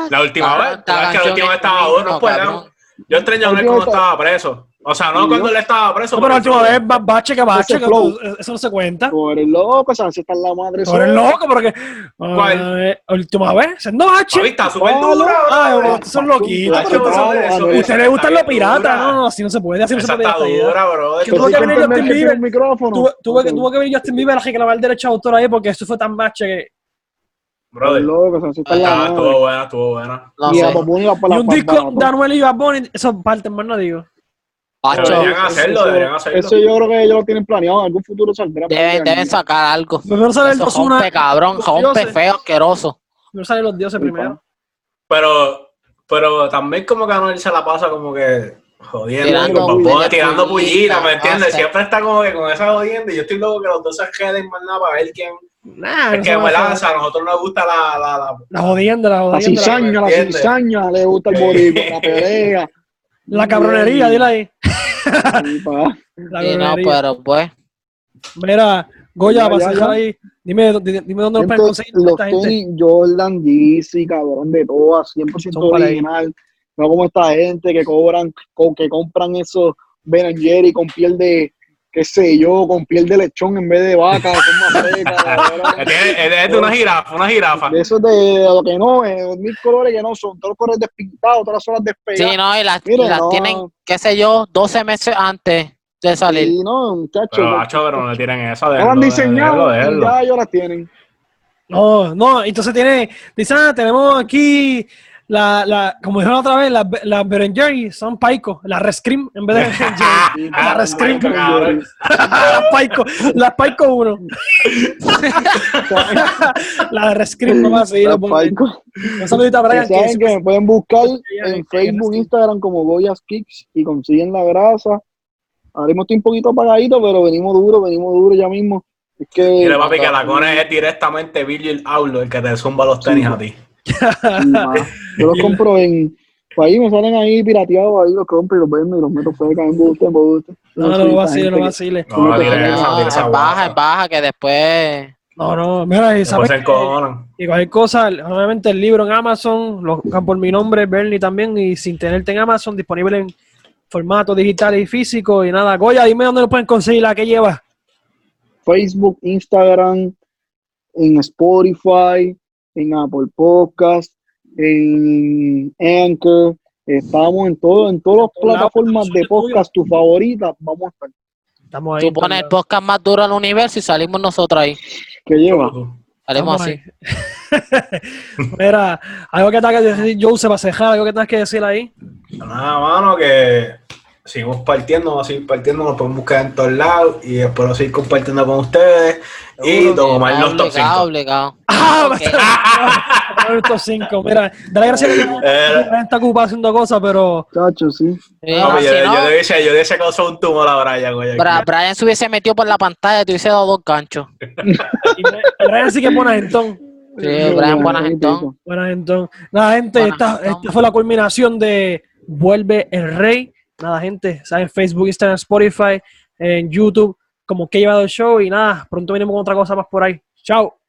Speaker 4: La última vez, la vez que la última vez estaba duro, no puede, ¿no? Yo extrañé a él cuando estaba preso. O sea, no
Speaker 2: Sí,
Speaker 4: cuando
Speaker 2: ¿no?
Speaker 4: él estaba preso.
Speaker 1: No, pero la última
Speaker 4: eh,
Speaker 1: vez, ba- bache que bache,
Speaker 2: Ese
Speaker 1: que
Speaker 2: flow.
Speaker 1: eso no se cuenta.
Speaker 2: Tú eres loco, esa canción está en la madre.
Speaker 1: Tú eres
Speaker 2: sola.
Speaker 1: loco, porque.
Speaker 4: ¿Cuál?
Speaker 1: Eh, última vez, siendo
Speaker 4: Papi,
Speaker 1: bache.
Speaker 4: está súper
Speaker 2: Palo.
Speaker 4: duro.
Speaker 1: Ay, bro, estos son loquitos.
Speaker 4: Ah,
Speaker 1: pero
Speaker 4: pero
Speaker 1: son-
Speaker 4: eso-
Speaker 2: Anuel,
Speaker 1: a
Speaker 4: eso-
Speaker 1: Ustedes les gustan los
Speaker 4: está bien
Speaker 1: piratas.
Speaker 4: dura.
Speaker 1: No, no, así no se puede, así no se
Speaker 4: Esa
Speaker 1: puede.
Speaker 4: está
Speaker 1: hasta allá.
Speaker 4: dura, bro.
Speaker 1: Que tuvo que venir
Speaker 2: Siempre
Speaker 1: Justin
Speaker 2: me-
Speaker 1: Bieber.
Speaker 2: el micrófono.
Speaker 1: Tuve, tuve, que-
Speaker 2: Ok.
Speaker 1: tuvo que venir Justin Bieber a reclamar el derecho de autor ahí porque eso fue tan bache que.
Speaker 4: Brother.
Speaker 2: loco, esa canción está en la
Speaker 4: Ah,
Speaker 2: madre.
Speaker 4: estuvo buena, estuvo buena.
Speaker 3: No
Speaker 2: Y
Speaker 3: sé.
Speaker 2: a Bad Bunny la- la-
Speaker 1: Y un
Speaker 2: la-
Speaker 1: disco
Speaker 2: la-
Speaker 1: de Anuel y Bad Bunny, eso parte, más no digo.
Speaker 3: Acho,
Speaker 4: Deberían
Speaker 2: eso-
Speaker 4: hacerlo,
Speaker 2: eso-
Speaker 4: deberían hacerlo.
Speaker 2: Eso yo creo que ellos lo tienen planeado. En algún futuro saldrá.
Speaker 3: deben, deben sacar algo.
Speaker 1: Primero sale el
Speaker 3: Eso
Speaker 1: Osuna,
Speaker 3: rompe, cabrón,
Speaker 1: los
Speaker 2: eh.
Speaker 3: rompe
Speaker 1: dioses.
Speaker 3: feo, asqueroso.
Speaker 1: primero sale los dioses primero.
Speaker 4: Pero, pero también como que Anuel se la pasa como que
Speaker 3: Tirando
Speaker 4: jodiendo, tirando, con
Speaker 3: pullita,
Speaker 4: papón, tirando pullita, ¿me
Speaker 3: pullita,
Speaker 4: entiendes?
Speaker 3: o sea.
Speaker 4: Siempre está como que con esa jodiendo y yo estoy loco que los dos se queden más nada para ver quién.
Speaker 1: Nah, no
Speaker 4: es que
Speaker 1: se
Speaker 4: me
Speaker 1: va a
Speaker 4: lanza, a nosotros nos gusta la, la, la-
Speaker 1: La jodienda, la
Speaker 2: La
Speaker 1: jodienda.
Speaker 4: cizaña.
Speaker 2: cizaña, la
Speaker 4: ¿Entiendes?
Speaker 2: cizaña, le gusta el boricua, la pelea.
Speaker 1: La cabronería, dile ahí.
Speaker 2: Sí, pa.
Speaker 1: La
Speaker 3: Y no,
Speaker 1: cabronería.
Speaker 3: pero pues.
Speaker 1: Mira, Goya,
Speaker 2: Ya,
Speaker 1: para
Speaker 2: ya,
Speaker 1: cerrar
Speaker 2: ya.
Speaker 1: ahí, dime, dime dime dónde los pueden
Speaker 2: Entonces,
Speaker 1: conseguir
Speaker 2: Los
Speaker 1: esta gente.
Speaker 2: tenis Jordan, Yeezy, cabrón, de todas, 100%
Speaker 1: Son para ahí.
Speaker 2: original. No como esta gente que cobran, co- que compran esos Ben and Jerry con piel de, qué sé yo, con piel de lechón en vez de vaca, son más secas, cabrón.
Speaker 4: Es, Eh, es de una jirafa, una jirafa.
Speaker 2: De esos de lo que no, eh, mil colores que no son, todos los colores despintados, todas las horas despegadas.
Speaker 3: Sí, no, y las,
Speaker 2: Mira,
Speaker 3: y las
Speaker 2: no.
Speaker 3: tienen, qué sé yo, 12 meses antes de salir.
Speaker 2: Y no, muchachos.
Speaker 4: Pero, hacho, pero no le tiran esa de
Speaker 2: No la han diseñado, y ya ellos la tienen.
Speaker 1: No, no, entonces tiene, dice, ah, tenemos aquí, la, la, como dijeron otra vez, las las Ben Jerry son paico, las rescrim en vez de Ben Jerry.
Speaker 4: Ah,
Speaker 1: Las Scream,
Speaker 4: paico, cabrón.
Speaker 1: las paico, las paico uno. Las rescrim, vamos a seguir.
Speaker 2: Las Paico.
Speaker 1: Un saludito a Brian.
Speaker 2: Y saben que
Speaker 1: que-
Speaker 2: me pueden buscar
Speaker 1: en- en
Speaker 2: en Facebook,
Speaker 1: este.
Speaker 2: Instagram como Goyas Kicks y consiguen la grasa. Ahora mismo estoy un poquito apagadito, pero venimos duro, venimos duro ya mismo. Es que.
Speaker 4: Mira, papi, que la cone es directamente Billy el Aulo, el que te zumba los tenis a ti.
Speaker 2: Sí, ma. Yo los compro en. Pues ahí me salen ahí pirateados, ahí los compro y los vendo y los meto fuera, me gusta, me gusta.
Speaker 1: No, no, no vaciles, no vaciles.
Speaker 4: No,
Speaker 2: No,
Speaker 4: tira
Speaker 3: No,
Speaker 4: esa, tira
Speaker 3: es
Speaker 4: esa
Speaker 3: baja, es
Speaker 4: guasa.
Speaker 3: baja, que después.
Speaker 1: No, no, mira, y
Speaker 4: Después
Speaker 1: sabes
Speaker 4: Pues se
Speaker 1: que-
Speaker 4: encojonan.
Speaker 1: y cualquier cosa, obviamente el libro en Amazon, lo buscan por mi nombre, Bernie también, y sin tenerte en Amazon, disponible en formato digital y físico, y nada. Goya, dime dónde lo pueden conseguir, la que llevas.
Speaker 2: Facebook, Instagram, en Spotify, en Apple Podcast, en Anchor. Estamos en todo, en todas las
Speaker 1: Todos lados,
Speaker 2: plataformas de
Speaker 1: nosotros
Speaker 2: podcast, tu favorita, vamos a estar.
Speaker 1: Estamos ahí.
Speaker 3: Tú pones el
Speaker 1: estamos-
Speaker 3: podcast más duro del universo y salimos nosotros ahí.
Speaker 2: que lleva.
Speaker 3: Salimos
Speaker 1: estamos
Speaker 3: así.
Speaker 1: ahí. Mira, algo que tengas que decir, Joseph, para cejar, algo que tengas que decir ahí.
Speaker 4: Nada, mano, que seguimos partiendo, vamos a seguir partiendo, nos podemos buscar en todos lados y espero seguir compartiendo con ustedes. Y Don Omar
Speaker 3: Obligado,
Speaker 4: los top cinco.
Speaker 3: obligado, obligado.
Speaker 1: Ah,
Speaker 3: Ok.
Speaker 1: estos cinco. Mira, dale gracias que no-
Speaker 4: Eh.
Speaker 1: no está ocupado haciendo cosas, pero
Speaker 2: Chacho, sí.
Speaker 3: Sí,
Speaker 4: Papi,
Speaker 3: no,
Speaker 4: yo,
Speaker 3: si
Speaker 4: yo
Speaker 3: no,
Speaker 4: le hubiese- yo le hubiese causado un tumor a Brian, güey.
Speaker 3: Bra- Brian se hubiese metido por la pantalla, te hubiese dado dos ganchos.
Speaker 1: y Brian sí que es buena gentón.
Speaker 3: Sí, Brian, buenas entonces.
Speaker 1: Buena gentón. Nada, gente,
Speaker 3: Buena
Speaker 1: esta,
Speaker 3: gentón.
Speaker 1: esta fue la culminación de Vuelve el Rey. Nada, gente, saben Facebook, Instagram, Spotify, en YouTube, como que he llevado el show y nada, pronto venimos con otra cosa más por ahí. Chao.